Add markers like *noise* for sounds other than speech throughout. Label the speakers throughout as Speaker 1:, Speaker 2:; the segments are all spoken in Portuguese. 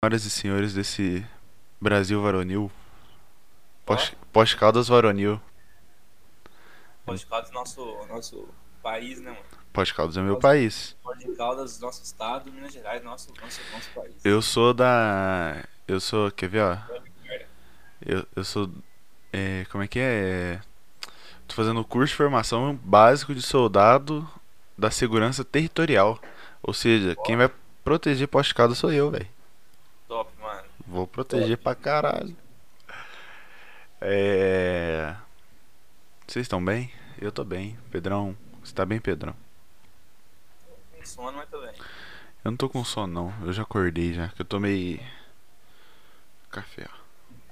Speaker 1: Senhoras e senhores desse Brasil varonil, pós- pós-caldas varonil,
Speaker 2: Pode Caldas, nosso, nosso país, né, mano?
Speaker 1: pós-caldas é meu país.
Speaker 2: Pode Caldas, nosso estado, Minas Gerais, nosso, nosso, nosso país.
Speaker 1: Eu sou da. Eu sou. Quer ver, ó? Eu, eu sou. é, como é que é? Tô fazendo curso de formação básico de soldado da segurança territorial. Ou seja, quem vai proteger pós-caldas sou eu, velho.
Speaker 2: Top, mano.
Speaker 1: Vou proteger pra caralho. É. Vocês estão bem? Eu tô bem. Pedrão, você tá bem, Pedrão?
Speaker 2: Com sono, mas tô bem.
Speaker 1: Eu não tô com sono, não. Eu já acordei já, que eu tomei. Café, ó.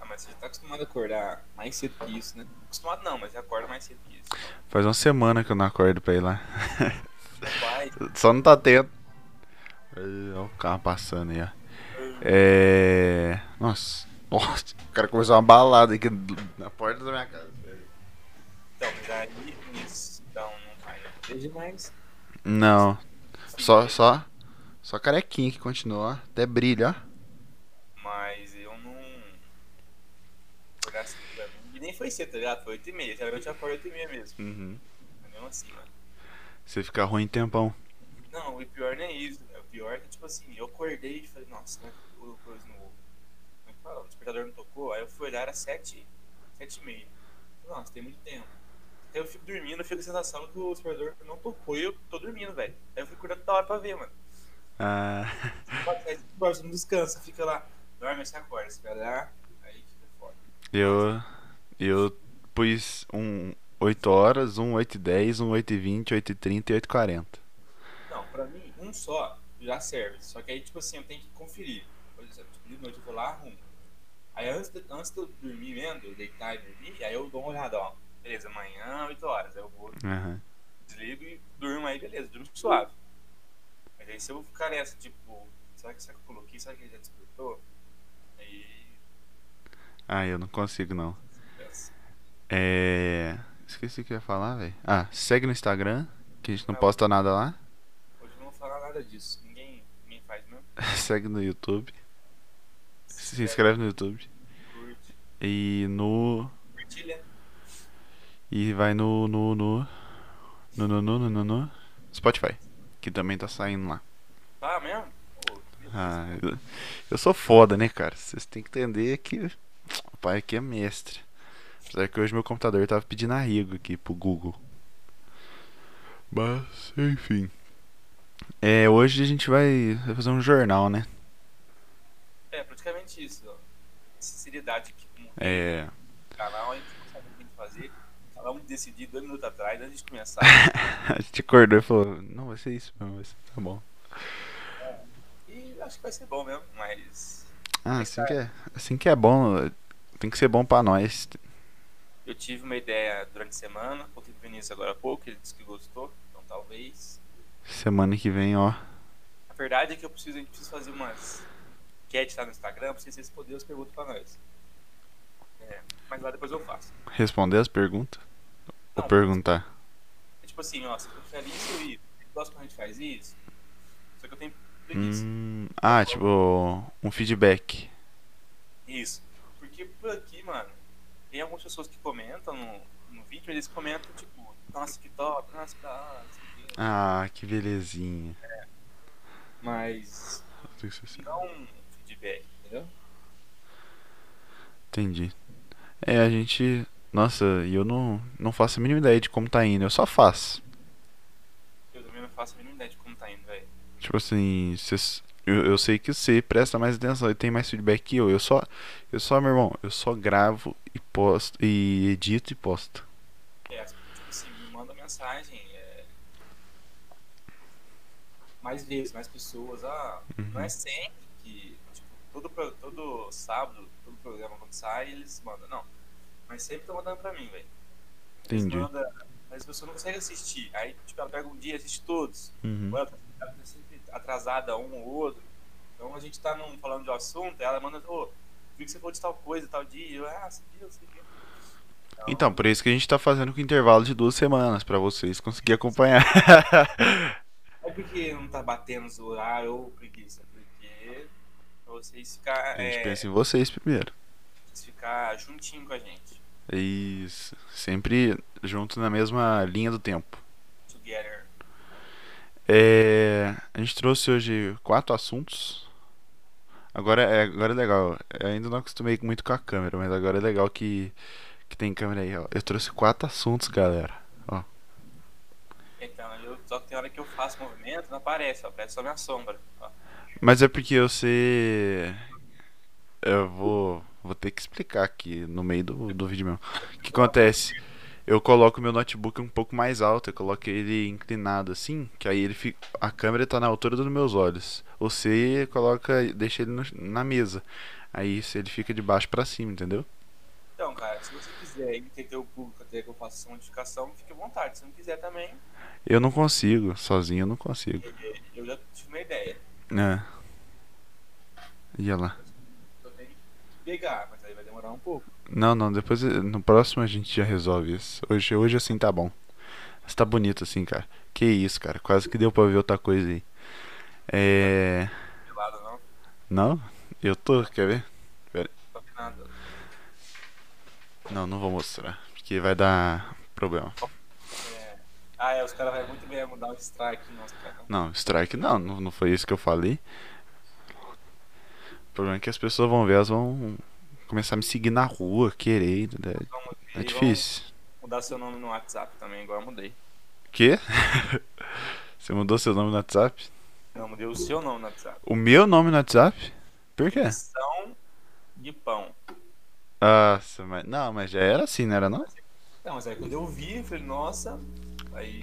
Speaker 2: Ah, mas você já tá acostumado a acordar mais cedo que isso, né? Acostumado não, mas já acorda mais cedo que isso.
Speaker 1: Faz uma semana que eu não acordo pra ir lá. *laughs*
Speaker 2: Pai,
Speaker 1: Só não tá tendo. Olha o carro passando aí, ó.
Speaker 2: então,
Speaker 1: É. Nossa. Nossa, o cara começou uma balada aqui na porta da minha casa.
Speaker 2: então, mas aí, isso, então, não vai, né? Desde mais.
Speaker 1: Não, só, só. Só carequinha que continua, ó. Até brilha, ó.
Speaker 2: Mas eu não. Acordar cedo pra mim. E nem foi cedo, tá ligado? Foi 8h30. Geralmente eu acordo 8h30 mesmo. Mas mesmo assim, mano.
Speaker 1: Você fica ruim em tempão.
Speaker 2: Não, o pior não é isso. né? O pior é que, tipo assim, eu acordei e falei, nossa, né? O coisa no. Como é que fala? O despertador não tocou. Aí eu fui olhar, era 7, 7 e meia. Falei, Nossa, tem muito tempo. Aí eu fico dormindo, eu fico com a sensação que o despertador não tocou e eu tô dormindo, velho. Aí eu fico acordando toda hora pra ver, mano.
Speaker 1: Ah,
Speaker 2: Quatro, sete, cinco horas, Você não descansa, fica lá, dorme, aí você acorda, se calhar, aí fica foda.
Speaker 1: eu. Eu pus um 8 horas, um 8 e 10, um 8 e 20, 8 e 30 e 8 e 40.
Speaker 2: Não, pra mim, um só já serve. Só que aí, tipo assim, eu tenho que conferir. Por exemplo, tipo, de noite eu vou lá, arrumo. Aí antes de, antes de eu dormir mesmo, de eu deitar e dormir, aí eu dou uma olhada, ó. Beleza, amanhã, 8 horas. Aí eu vou,
Speaker 1: Aham.
Speaker 2: desligo e durmo aí, beleza, durmo suave. Mas aí se eu ficar nessa, tipo, será que, será que eu coloquei? Será que ele já despertou? Aí.
Speaker 1: Ah, eu não consigo não.
Speaker 2: pensa.
Speaker 1: É. Esqueci o que eu ia falar, velho. Ah, segue no Instagram, que a gente não posta nada lá. *laughs*
Speaker 2: Hoje eu não vou falar nada disso. Ninguém, ninguém faz mesmo.
Speaker 1: segue no YouTube. Se inscreve no YouTube.
Speaker 2: Curte,
Speaker 1: E no.
Speaker 2: compartilha.
Speaker 1: E vai no. no. no. no. no. no. no. no, no Spotify. Que também tá saindo lá.
Speaker 2: Tá mesmo? Ô, meu
Speaker 1: Ah, eu, eu sou foda, né, cara? Vocês têm que entender que o pai aqui é mestre. Apesar que hoje meu computador tava pedindo arrego aqui pro Google. Mas, enfim. É, hoje a gente vai, vai fazer um jornal, né?
Speaker 2: É, praticamente isso. ó. Sinceridade que como
Speaker 1: É. *laughs*
Speaker 2: canal, a gente não sabe o que tem que fazer. Um Acabamos de decidir dois minutos atrás, antes de começar.
Speaker 1: A gente acordou e falou: Não, vai ser isso mesmo, vai ser, tá bom.
Speaker 2: e acho que vai ser bom mesmo, mas
Speaker 1: Ah, assim que é, assim que é bom, tem que ser bom pra nós.
Speaker 2: eu tive uma ideia durante a semana, contei pro Vinícius agora há pouco, ele disse que gostou, então talvez.
Speaker 1: Semana que vem, ó.
Speaker 2: A verdade é que eu preciso, a gente precisa fazer umas enquete lá no Instagram, pra vocês responderem as perguntas pra nós. É, mas lá depois eu faço.
Speaker 1: Responder as perguntas? Ou
Speaker 2: Não,
Speaker 1: perguntar?
Speaker 2: É tipo assim, ó, você prefere isso ou isso? Você gosta quando a gente faz isso? Só que eu tenho preguiça.
Speaker 1: Hum, ah, tipo, um feedback.
Speaker 2: Isso. Porque por aqui, mano, tem algumas pessoas que comentam no, no vídeo, mas eles comentam, tipo, nossa, que top, nossa, que da hora, não sei o quê.
Speaker 1: Ah, que belezinha.
Speaker 2: Mas não um feedback, entendeu?
Speaker 1: Entendi. É, a gente. Nossa, e eu não, não faço a mínima ideia de como tá indo, eu só faço.
Speaker 2: Eu também não faço a mínima ideia de como tá indo, velho.
Speaker 1: Tipo assim, cês- eu, eu sei que você presta mais atenção e tem mais feedback que eu. Eu só, eu só, meu irmão, eu só gravo e posto, e edito e posto.
Speaker 2: É, tipo assim, me manda mensagem, é... mais vezes, mais pessoas, ah, não é sempre que, tipo, todo, pro- todo sábado, todo programa quando sai, eles mandam, não. Mas sempre estão mandando pra mim, velho. Eles
Speaker 1: Entendi.
Speaker 2: mandam, Mas a pessoa não consegue assistir. Aí, tipo, ela pega um dia e assiste todos.
Speaker 1: Uhum.
Speaker 2: Ou Ela tá ela tá sempre atrasada um ou outro. Então a gente tá num, falando de um assunto, ela manda, ô, vi que você falou de tal coisa, tal dia. Eu, ah, você viu, você viu.
Speaker 1: Então, por isso que a gente tá fazendo com intervalo de duas semanas, pra vocês conseguirem acompanhar.
Speaker 2: É porque não tá batendo os horários ou preguiça, porque pra vocês ficar,
Speaker 1: A gente
Speaker 2: é,
Speaker 1: pensa em vocês primeiro. É
Speaker 2: vocês ficar juntinho com a gente.
Speaker 1: Isso. Sempre junto na mesma linha do tempo.
Speaker 2: Together.
Speaker 1: É, a gente trouxe hoje quatro assuntos. Agora é, agora é legal. Eu ainda não acostumei muito com a câmera, mas agora é legal que, que tem câmera aí, ó. Eu trouxe quatro assuntos, galera.
Speaker 2: Então, eu, só que tem hora que eu faço movimento, não aparece, ó, aparece só minha sombra. ó.
Speaker 1: Mas é porque eu sei. Eu vou, vou ter que explicar aqui no meio do, do vídeo mesmo. O que acontece? Eu coloco meu notebook um pouco mais alto, eu coloco ele inclinado assim, que aí ele fica. A câmera tá na altura dos meus olhos. Você coloca. deixa ele no- na mesa. Aí se ele fica de baixo pra cima, entendeu?
Speaker 2: Então, cara, se você quiser entender o público até que eu faça essa modificação, fique à vontade. Se não quiser também,
Speaker 1: Eu não consigo, sozinho eu não consigo.
Speaker 2: eu já tive uma ideia.
Speaker 1: É. E olha lá.
Speaker 2: Eu tenho que pegar, mas aí vai demorar um pouco.
Speaker 1: Não, não, depois no próximo a gente já resolve isso. Hoje, hoje assim tá bom. Mas tá bonito assim, cara. Que isso, cara. Quase que deu pra ver outra coisa aí. É.
Speaker 2: Pelado não,
Speaker 1: Não? Eu tô, quer ver?
Speaker 2: não tem nada.
Speaker 1: Não, não vou mostrar. Porque vai dar problema.
Speaker 2: É... Ah, é, os caras vão muito bem mudar o strike, nossa, cara.
Speaker 1: Não, strike não, não, não foi isso que eu falei. O problema é que as pessoas vão ver, elas vão começar a me seguir na rua, querer. entendeu?
Speaker 2: Vamos ver,
Speaker 1: É
Speaker 2: vamos
Speaker 1: difícil.
Speaker 2: Mudar seu nome no WhatsApp também, igual eu mudei.
Speaker 1: Quê? *laughs* Você mudou seu nome no WhatsApp?
Speaker 2: Não, mudei o seu nome no WhatsApp.
Speaker 1: O meu nome no WhatsApp? Por quê?
Speaker 2: São de pão.
Speaker 1: Nossa, mas. Não, mas já era assim, não era não?
Speaker 2: Não, mas aí quando eu vi, eu falei, nossa. Aí,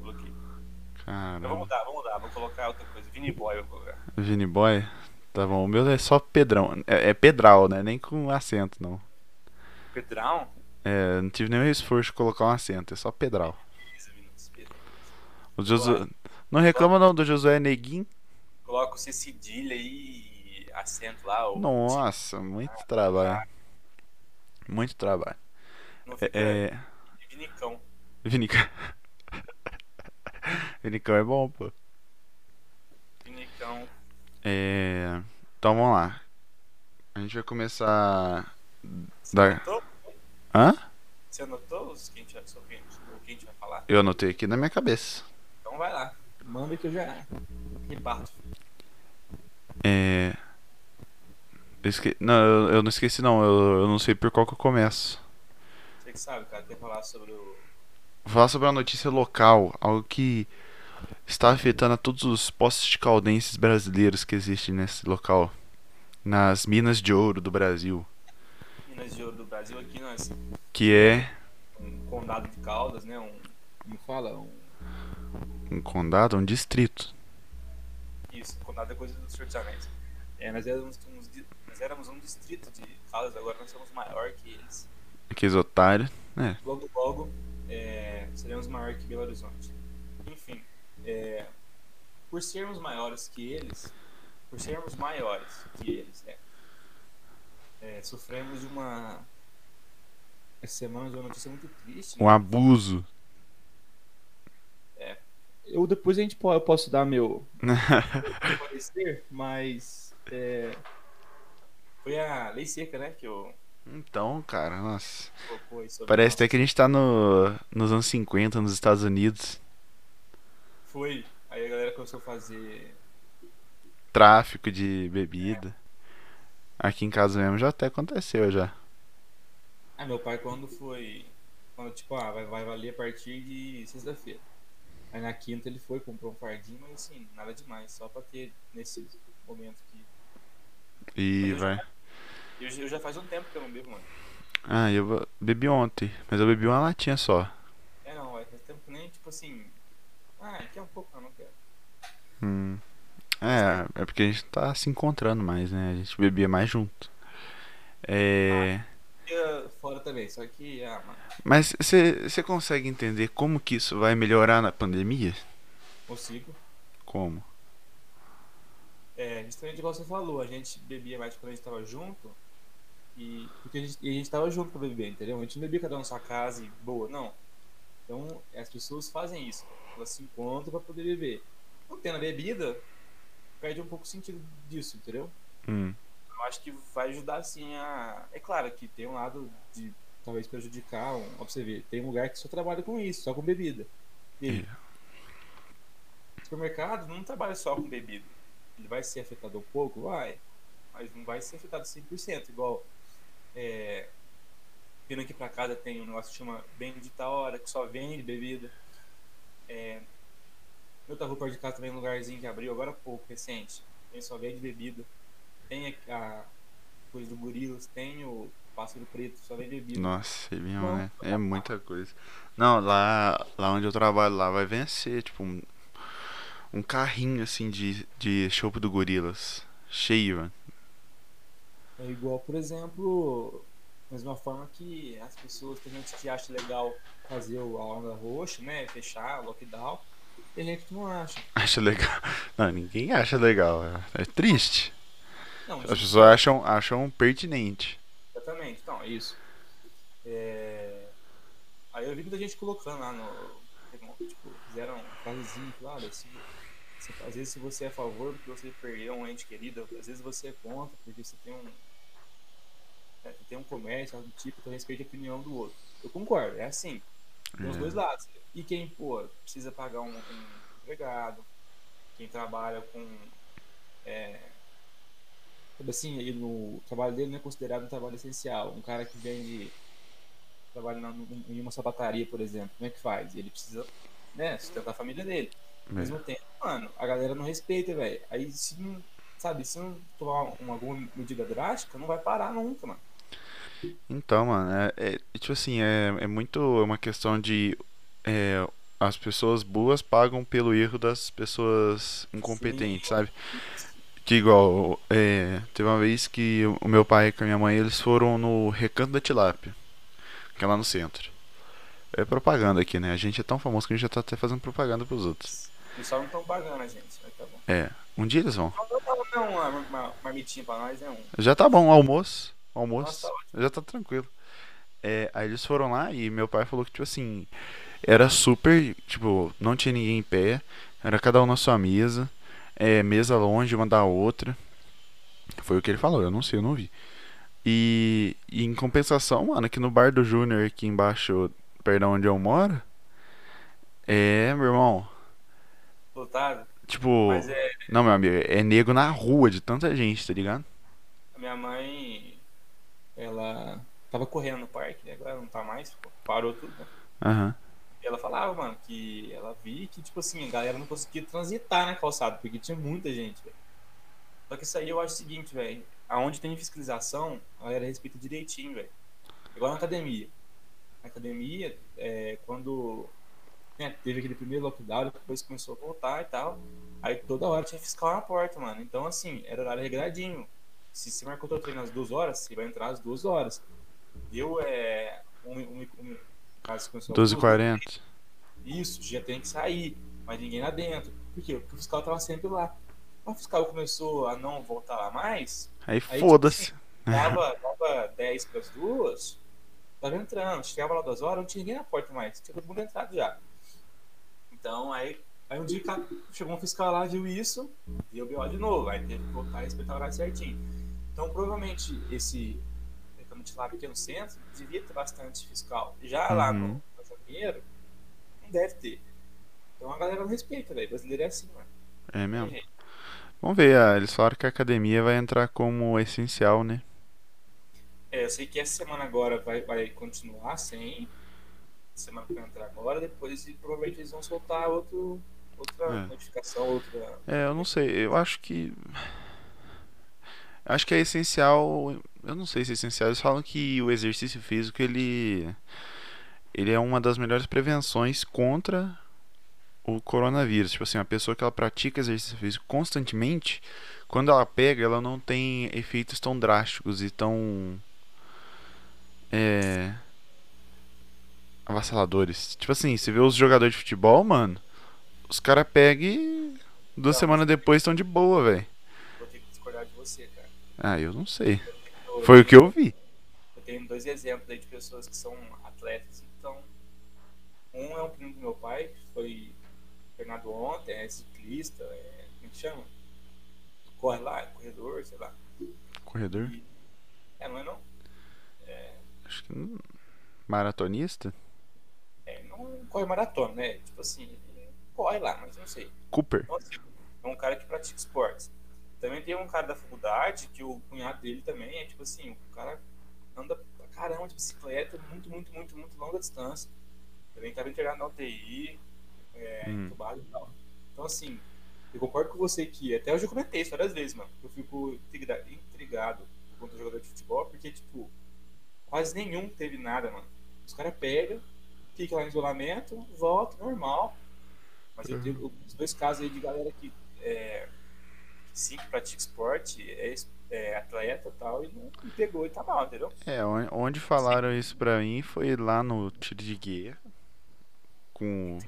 Speaker 2: coloquei. Eu vou
Speaker 1: Caramba.
Speaker 2: mudar, vou mudar, vou colocar outra coisa. Vini Boy eu vou colocar.
Speaker 1: Vini Boy? Tá bom, o meu é só Pedrão. É, é Pedral, né? Nem com acento, não.
Speaker 2: Pedrão?
Speaker 1: É, não tive nenhum esforço de colocar um acento, é só Pedral.
Speaker 2: Isso, Vini, Pedro.
Speaker 1: O Josué. Não reclama não do Josué Neguin?
Speaker 2: Coloca o C cedilha e acento lá. Ou...
Speaker 1: Nossa, muito trabalho. Muito trabalho.
Speaker 2: Não fica
Speaker 1: É. é
Speaker 2: Vinicão.
Speaker 1: Vinicão. *laughs* Vinicão é bom, pô.
Speaker 2: Vinicão.
Speaker 1: É, Então vamos lá. A gente vai começar. Da...
Speaker 2: Anotou?
Speaker 1: É. Hã?
Speaker 2: Você anotou os que a gente vai, sobre o que a gente vai falar?
Speaker 1: Eu anotei aqui na minha cabeça.
Speaker 2: Então vai lá. Manda que eu já reparto.
Speaker 1: É. eu esque- Não, eu, eu não esqueci, não. Eu, eu não sei por qual que eu começo.
Speaker 2: Você que sabe, cara, quer falar sobre o.
Speaker 1: Vou falar sobre a notícia local, algo que está afetando a todos os postos de caldenses brasileiros que existem nesse local. Nas minas de ouro do Brasil.
Speaker 2: Minas de Ouro do Brasil aqui, nós.
Speaker 1: Que é.
Speaker 2: Um condado de Caldas, né? Um. Como fala? Um.
Speaker 1: Um condado, um distrito.
Speaker 2: Isso, condado é coisa do Senhor dos Anéis. É, nós éramos, uns, di- nós éramos um distrito de Caldas, agora nós somos maior que eles.
Speaker 1: Aqueles otários.
Speaker 2: Logo, logo, é, seremos maior que Belo Horizonte. Enfim, é, por sermos maiores que eles, por sermos maiores que eles, né? É, sofremos de uma. Essa semana de uma notícia muito triste. né?
Speaker 1: Um abuso. *laughs*
Speaker 2: Eu depois a gente po- eu posso dar meu parecer, mas é, foi a lei seca, né, que eu
Speaker 1: então, cara, nossa.
Speaker 2: colocou aí sobre
Speaker 1: Parece
Speaker 2: nós.
Speaker 1: até que a gente tá no, nos anos 50 nos Estados Unidos.
Speaker 2: foi. Aí a galera começou a fazer
Speaker 1: Tráfico de bebida. Aqui em casa mesmo já até aconteceu já.
Speaker 2: Ah, meu pai quando foi. Quando, tipo, ah, vai, vai valer a partir de sexta-feira. Aí na quinta ele foi, comprou um fardinho, mas assim, nada demais, só pra ter nesse momento que.
Speaker 1: E
Speaker 2: Mas eu
Speaker 1: vai.
Speaker 2: Eu, já- eu já faz um tempo que eu não bebo, mano.
Speaker 1: Ah, eu be- bebi ontem, mas eu bebi uma latinha só.
Speaker 2: É não, vai, faz tempo que nem, tipo assim. Ah, quer um pouco, não, não quero.
Speaker 1: Hum. É, é porque a gente tá se encontrando mais, né? A gente bebia mais junto. É.
Speaker 2: E ah, fora também, só que, ah, mano.
Speaker 1: Mas você consegue entender como que isso vai melhorar na pandemia?
Speaker 2: Consigo.
Speaker 1: Como?
Speaker 2: É, justamente igual você falou, a gente bebia mais quando a gente tava junto. E porque a gente, e a gente tava junto pra beber, entendeu? A gente não bebia cada um na sua casa e boa, não. Então as pessoas fazem isso. Elas se encontram pra poder beber. Não tendo a bebida, perde um pouco o sentido disso, entendeu?
Speaker 1: Hum.
Speaker 2: Eu acho que vai ajudar sim a. É claro que tem um lado de talvez prejudicar, um... ó, pra você ver, tem um lugar que só trabalha com isso, só com bebida. E supermercado não trabalha só com bebida. Ele vai ser afetado um pouco? Vai. Mas não vai ser afetado 100%. Igual, é, vindo aqui pra casa tem um negócio que chama Bendita Hora, que só vende bebida. É, eu tava perto de casa também, um lugarzinho que abriu agora há pouco, recente. Tem só vende bebida. Tem a, a coisa do gorilas, tem o pássaro preto, só vende bebida.
Speaker 1: Nossa, é mesmo,
Speaker 2: Bom,
Speaker 1: né? É muita coisa. Não, lá, lá onde eu trabalho, lá vai vencer, tipo, um, um carrinho assim de, de chopp do Gorilas. Cheio, mano. *laughs*
Speaker 2: É igual, por exemplo, da mesma forma que as pessoas, tem gente que acha legal fazer o- a onda roxa, né? Fechar, lockdown. Tem gente que não acha.
Speaker 1: Acha legal. Não, ninguém acha legal. É, é triste.
Speaker 2: Não, é
Speaker 1: As pessoas acham, acham pertinente.
Speaker 2: exatamente. Então, é isso. É... Aí eu vi muita gente colocando lá no. Tipo, fizeram um frasezinho, claro. Assim, se- às vezes se você é a favor porque você perdeu um ente querido, às vezes você é contra porque você tem um. é, você tem um comércio, algo do tipo, então respeite a opinião do outro. Eu concordo, é assim. Tem os
Speaker 1: É.
Speaker 2: dois lados. E quem, pô, precisa pagar um, um empregado, quem trabalha com. É, sabe assim, ele no, o trabalho dele não é considerado um trabalho essencial. Um cara que vende. trabalha na- num- em uma sapataria, por exemplo, como é que faz? Ele precisa, né, sustentar a família dele. Ao
Speaker 1: É.
Speaker 2: mesmo tempo, mano, a galera não respeita, velho. Aí se não. Sabe, se não tomar uma, alguma medida drástica, não vai parar nunca, mano.
Speaker 1: Então, mano, é, é- é tipo assim, é, é muito uma questão de é, as pessoas boas pagam pelo erro das pessoas incompetentes, sabe? Que igual, é, teve uma vez que o meu pai com a minha mãe, eles foram no Recanto da Tilápia, que é lá no centro. É propaganda aqui, né? A gente é tão famoso que a gente já tá até fazendo propaganda pros outros.
Speaker 2: E só não estão pagando a gente, mas tá bom.
Speaker 1: É, um dia eles vão.
Speaker 2: Não, uma, uma marmitinha pra nós é um.
Speaker 1: Já tá bom, almoço.
Speaker 2: Nossa,
Speaker 1: Almoço.
Speaker 2: tá
Speaker 1: já tá tranquilo. É, aí eles foram lá e meu pai falou que, tipo assim, era super. Tipo, não tinha ninguém em pé. Era cada um na sua mesa. É, mesa longe uma da outra. Foi o que ele falou, eu não sei, eu não vi. E, e em compensação, mano, aqui no bar do Júnior, aqui embaixo, perto de onde eu moro. É, meu irmão.
Speaker 2: Lotado.
Speaker 1: Tipo.
Speaker 2: Mas é,
Speaker 1: Não, meu amigo, é nego na rua de tanta gente, tá ligado?
Speaker 2: a minha mãe, ela tava correndo no parque, né? Agora não tá mais, pô, parou tudo, né?
Speaker 1: Aham.
Speaker 2: E ela falava, mano, que ela via que, tipo assim, a galera não conseguia transitar na calçada, porque tinha muita gente, velho. Só que isso aí eu acho o seguinte, velho. Aonde tem fiscalização, a galera respeita direitinho, velho. Igual na academia. Na academia, é, quando né, teve aquele primeiro lockdown, depois começou a voltar e tal. Aí toda hora tinha fiscal na porta, mano. Então, assim, era horário regradinho. Se você marcou teu treino às duas horas, você vai entrar às duas horas. Deu, é. Um, um, um, caso começou a
Speaker 1: 12h40.
Speaker 2: isso, já tem que sair, mas ninguém lá dentro. Por quê? Porque o fiscal tava sempre lá. Quando o fiscal começou a não voltar lá mais,
Speaker 1: Aí
Speaker 2: tipo
Speaker 1: foda-se.
Speaker 2: dava, dava 10 para as duas, tava entrando, chegava lá duas horas, não tinha ninguém na porta mais, tinha todo mundo entrado já. Então aí, aí um dia ca- chegou um fiscal lá, viu isso, deu BO de novo, aí teve que voltar e respeitar o horário certinho. Então provavelmente esse reclamante lá aqui no centro devia ter bastante fiscal. Já lá no,
Speaker 1: Uhum.
Speaker 2: no Janeiro, não deve ter. Então a galera não respeita, velho. Brasileiro é assim, mano.
Speaker 1: É mesmo?
Speaker 2: Tem jeito.
Speaker 1: Vamos ver, ah, eles falaram que a academia vai entrar como essencial, né?
Speaker 2: É, eu sei que essa semana agora vai, vai continuar sem. Semana que vai entrar agora, depois e provavelmente eles vão soltar outro, outra
Speaker 1: É.
Speaker 2: notificação, outra.
Speaker 1: É, eu não sei, eu acho que. Acho que é essencial. Eu não sei se é essencial. Eles falam que o exercício físico ele. Ele é uma das melhores prevenções contra o coronavírus. Tipo assim, a pessoa que ela pratica exercício físico constantemente, quando ela pega, ela não tem efeitos tão drásticos e tão. É. avassaladores. Tipo assim, você vê os jogadores de futebol, mano, os caras pegam e. Duas
Speaker 2: Não.
Speaker 1: semanas depois estão de boa, velho.
Speaker 2: Vou ter que discordar de você, cara.
Speaker 1: Ah, eu não sei.
Speaker 2: Eu-
Speaker 1: Foi o que eu vi.
Speaker 2: tenho dois exemplos aí de pessoas que são atletas. Então, um é um primo do meu pai, que foi treinado ontem, é ciclista, é, como que chama? Corre lá, é corredor, sei lá.
Speaker 1: Corredor?
Speaker 2: E- É, não é não? É,
Speaker 1: Acho que. não- Maratonista?
Speaker 2: é, não corre maratona, né? Tipo assim, ele corre lá, mas não sei.
Speaker 1: Cooper?
Speaker 2: Então, assim, é um cara que pratica esportes. Também tem um cara da faculdade que o cunhado dele também é tipo assim, o cara anda pra caramba de bicicleta, muito, muito, muito, muito longa distância. Também estava internado na UTI, é,
Speaker 1: Hum.
Speaker 2: entubado e tal. Então assim, eu concordo com você que até hoje eu comentei isso várias vezes, mano. Eu fico intriga- intrigado contra o jogador de futebol, porque, tipo, quase nenhum teve nada, mano. Os caras pegam, fica lá em isolamento, volta, normal. Mas eu
Speaker 1: Uhum.
Speaker 2: tenho os dois casos aí de galera que é, sim, que pratica esporte, é, es- é atleta e tal, e não não pegou e tá mal, entendeu?
Speaker 1: É, on- onde falaram isso pra mim foi lá no tiro de guia. Com.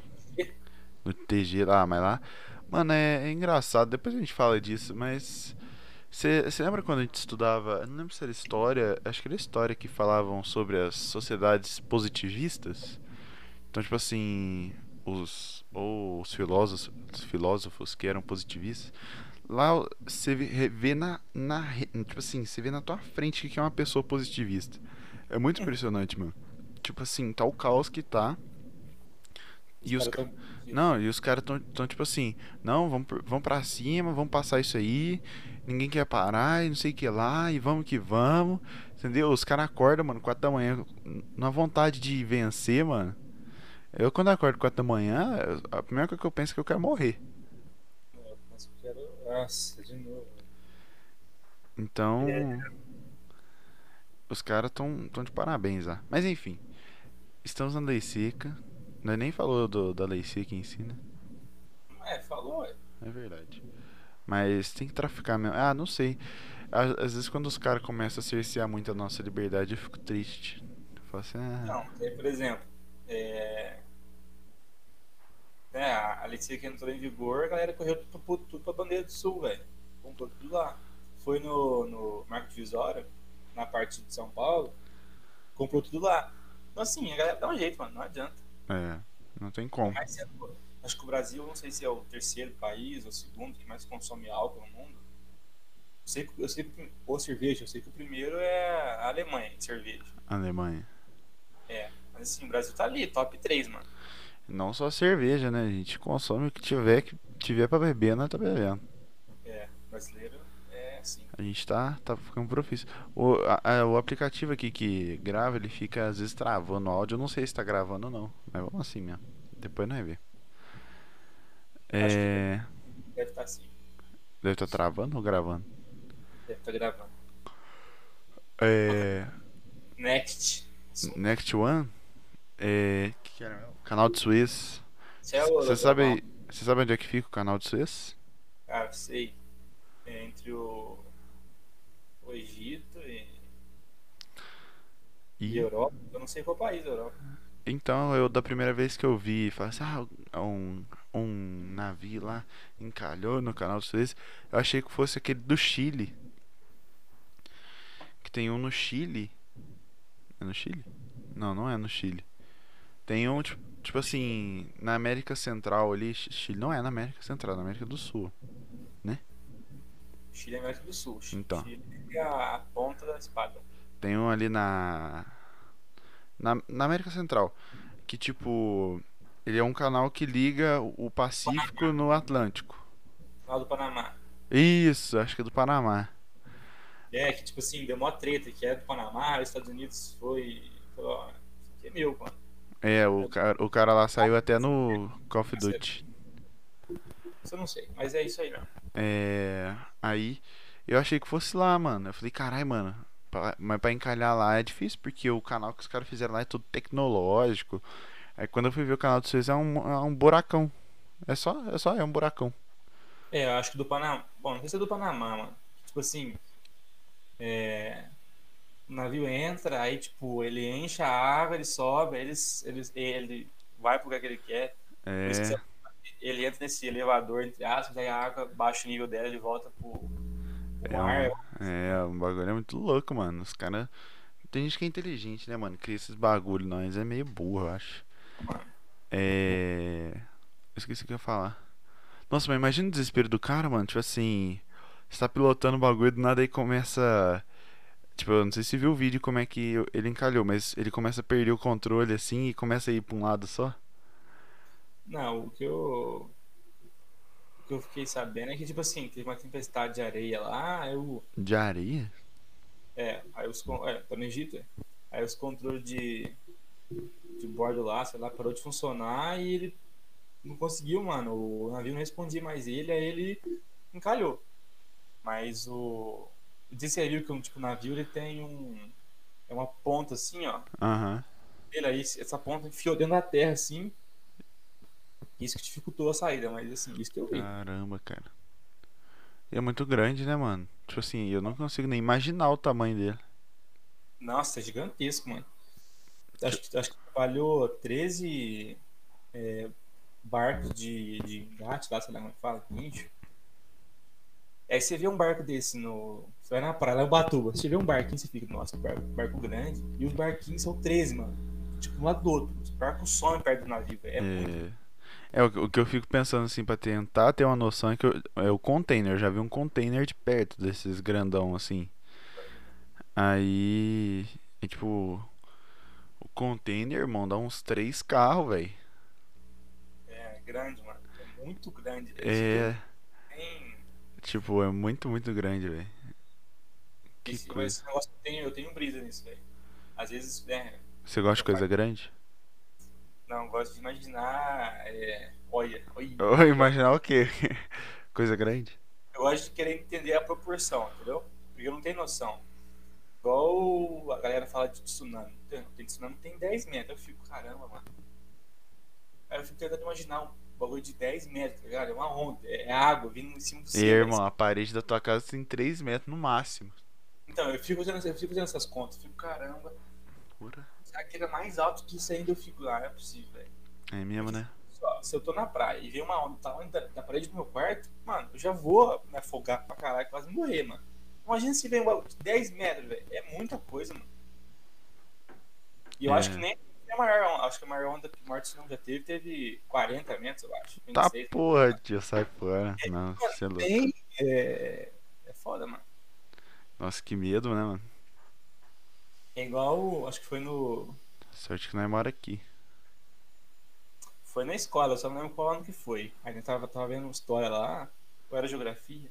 Speaker 1: No TG lá, mas lá. Mano, é, é engraçado, depois a gente fala disso, mas. Você lembra quando a gente estudava, eu não lembro se era história, acho que era história que falavam sobre as sociedades positivistas? Então, tipo assim, os ou os filósofos, os filósofos que eram positivistas, lá você vê vê na, na re- tipo assim, você vê na tua frente o que é uma pessoa positivista. É muito impressionante, mano. Tipo assim, tá o caos que tá. E os,
Speaker 2: caras
Speaker 1: ca-
Speaker 2: tão-
Speaker 1: não, e os caras tão, tão tipo assim, não, vamos, pr- vamos pra cima, vamos passar isso aí, ninguém quer parar e não sei o que lá, e vamos que vamos, entendeu? Os caras acordam, mano, 4 da manhã, na vontade de vencer, mano. Eu quando acordo 4 da manhã, a primeira coisa que eu penso é que eu quero morrer.
Speaker 2: Eu penso que era- Nossa, de novo.
Speaker 1: Então. Os caras tão, tão de parabéns lá. Mas enfim. Estamos na lei seca. Nós nem falou do- da lei seca em si, né?
Speaker 2: É, falou, é.
Speaker 1: É verdade. Mas tem que traficar mesmo. Ah, não sei. Às, às vezes quando os caras começam a cercear muito a nossa liberdade, eu fico triste. Eu falo assim, ah,
Speaker 2: Não, é, por exemplo, é, né, a a lei seca entrou em vigor, a galera correu tudo, pra- tudo pra Bandeira do Sul, velho. Comprou tudo lá. Foi no, no Marco Divisório, na parte de São Paulo, comprou tudo lá. Então, assim, a galera dá um jeito, mano, não adianta.
Speaker 1: é, não tem como.
Speaker 2: Mas, sendo- acho que o Brasil, não sei se é o terceiro país ou o segundo que mais consome álcool no mundo. Eu sei, que- eu sei que o prim- ou cerveja, eu sei que o primeiro é a Alemanha, de cerveja.
Speaker 1: Alemanha.
Speaker 2: É, mas assim, o Brasil tá ali, top 3, mano.
Speaker 1: Não só cerveja, né? A gente consome o que tiver, que tiver pra beber, nós tá bebendo.
Speaker 2: É, brasileiro é assim.
Speaker 1: A gente tá, tá ficando profício. O, a- a- o aplicativo aqui que grava, ele fica às vezes travando o áudio. Eu não sei se tá gravando ou não. Mas vamos assim mesmo. Depois nós vê.
Speaker 2: Acho que-
Speaker 1: É.
Speaker 2: Deve estar assim,
Speaker 1: Deve estar travando ou gravando?
Speaker 2: deve estar gravando.
Speaker 1: É.
Speaker 2: Next. Isso
Speaker 1: Next One? É. Que que era mesmo? Canal de Suez.
Speaker 2: é o-
Speaker 1: Você sabe, você sabe onde é que fica o canal de Suez?
Speaker 2: Ah, sei. É entre o, o Egito e, e
Speaker 1: E,
Speaker 2: Europa. Eu não sei qual país da Europa.
Speaker 1: então, eu da primeira vez que eu vi, falei assim: ah, um, um navio lá encalhou no canal de Suez. Eu achei que fosse aquele do Chile. Que tem um no Chile. É no Chile? Não, não é no Chile. Tem um, tipo, tipo assim, na América Central ali. Chi- Chile não é na América Central, é na América do Sul.
Speaker 2: Chile é América do Sul. Chi-
Speaker 1: Então.
Speaker 2: Chile é a ponta da espada.
Speaker 1: Tem um ali na. Na, na América Central. Que tipo. Ele é um canal que liga o o Pacífico no Atlântico.
Speaker 2: Lá do Panamá.
Speaker 1: Isso, acho que é do Panamá.
Speaker 2: É, que tipo assim, deu mó treta, que é do Panamá, os Estados Unidos foi. Falou, ó, isso aqui é meu, mano.
Speaker 1: É, o cara, o cara lá saiu até no Call of Duty.
Speaker 2: Isso eu não sei, mas é isso aí mesmo.
Speaker 1: É. Aí eu achei que fosse lá, mano. Eu falei, carai, mano. pra- Mas pra encalhar lá é difícil, porque o canal que os caras fizeram lá é todo tecnológico. Aí quando eu fui ver o canal de vocês é um, é um buracão. É só, é só, é um buracão.
Speaker 2: É, eu acho que do Panamá. Bom, não sei se é do Panamá, mano. Tipo assim. é, O navio entra, aí, tipo, ele enche a água, ele sobe, aí eles, eles, ele vai pro lugar que ele quer.
Speaker 1: É.
Speaker 2: Por isso que você- Ele entra nesse elevador, entre aspas, aí a água baixa o nível dela, ele volta pro, pro
Speaker 1: É
Speaker 2: mar.
Speaker 1: um- É, um bagulho é muito louco, mano. Os caras Tem gente que é inteligente, né, mano? Cria esses bagulho, nós é meio burro, eu acho.
Speaker 2: Mano,
Speaker 1: É. Eu esqueci o que eu ia falar. Nossa, mas imagina o desespero do cara, mano. Tipo assim, você tá pilotando o bagulho do nada e começa. Tipo, eu não sei se você viu o vídeo como é que ele encalhou, mas ele começa a perder o controle assim e começa a ir pra um lado só.
Speaker 2: Não, o que eu. O que eu fiquei sabendo é que, tipo assim, teve uma tempestade de areia lá, aí o.
Speaker 1: De areia?
Speaker 2: É, aí os. con- É, tá no Egito, é. Aí os controles de. De bordo lá, sei lá, parou de funcionar e ele não conseguiu, mano. O navio não respondia mais ele, aí ele encalhou. Mas o. Disse aí, viu que um tipo o navio ele tem um. É uma ponta assim, ó.
Speaker 1: Aham.
Speaker 2: Ele aí, essa ponta enfiou dentro da terra assim. Isso que dificultou a saída, mas assim, isso que eu vi.
Speaker 1: Caramba, cara. E é muito grande, né, mano? Tipo assim, eu não consigo nem imaginar o tamanho dele.
Speaker 2: Nossa, é gigantesco, mano. Acho que, acho que trabalhou 13 é, barcos de, de engate lá, sei lá como é que fala, guincho. Aí você vê um barco desse no. Você vai na praia, lá em Ubatuba. Você vê um barquinho, você fica, nossa, que barco, barco grande. E os barquinhos são 13, mano. Tipo, um lado do outro. Os barcos somem perto do navio, velho. É muito.
Speaker 1: É, é o, que- o que eu fico pensando assim pra tentar ter uma noção é que eu- é o container, eu já vi um container de perto desses grandão assim. Aí, é tipo o container, irmão, dá uns três carros, velho.
Speaker 2: É grande, mano. É muito grande. velho.
Speaker 1: É,
Speaker 2: Tem-
Speaker 1: tipo, é muito, muito grande, velho. Que
Speaker 2: esse,
Speaker 1: coisa.
Speaker 2: esse negócio eu tenho, eu tenho brisa nisso, velho. Às vezes, né,
Speaker 1: Você gosta de coisa grande? *laughs*
Speaker 2: não, gosto de imaginar. é, olha, olha.
Speaker 1: Eu imaginar o quê? *laughs* Coisa grande?
Speaker 2: Eu gosto de querer entender a proporção, entendeu? Porque eu não tenho noção. Igual a galera fala de tsunami. Tem tem tsunami que tem 10 metros. Eu fico, caramba, mano. Aí eu fico tentando imaginar um bagulho de 10 metros, tá ligado? É uma onda, é água vindo em cima do
Speaker 1: E,
Speaker 2: céu.
Speaker 1: irmão, a parede da tua casa tem 3 metros no máximo.
Speaker 2: Então, eu fico, fazendo, eu fico fazendo essas contas. Eu fico, caramba.
Speaker 1: Pura.
Speaker 2: Será que ele é mais alto que isso ainda? Eu fico, ah, não é possível, velho.
Speaker 1: É mesmo, né?
Speaker 2: Só, se eu tô na praia e vem uma onda do tamanho da, da parede do meu quarto, mano, eu já vou me afogar pra caralho, quase morrer, mano. Imagina se vem um bagulho de 10 metros, velho. É muita coisa, mano. E eu
Speaker 1: É.
Speaker 2: acho que nem é a maior onda. Acho que a maior onda que o Morte não já teve, teve 40 metros, eu acho.
Speaker 1: Tá
Speaker 2: 26.
Speaker 1: porra, tio, sai fora. Não, você é louco.
Speaker 2: Tem, é, é foda, mano.
Speaker 1: Nossa, que medo, né, mano?
Speaker 2: É igual, acho que foi no.
Speaker 1: Sorte que nós mora aqui.
Speaker 2: Foi na escola, eu só não lembro qual ano que foi. Aí eu tava, tava vendo uma história lá, ou era geografia.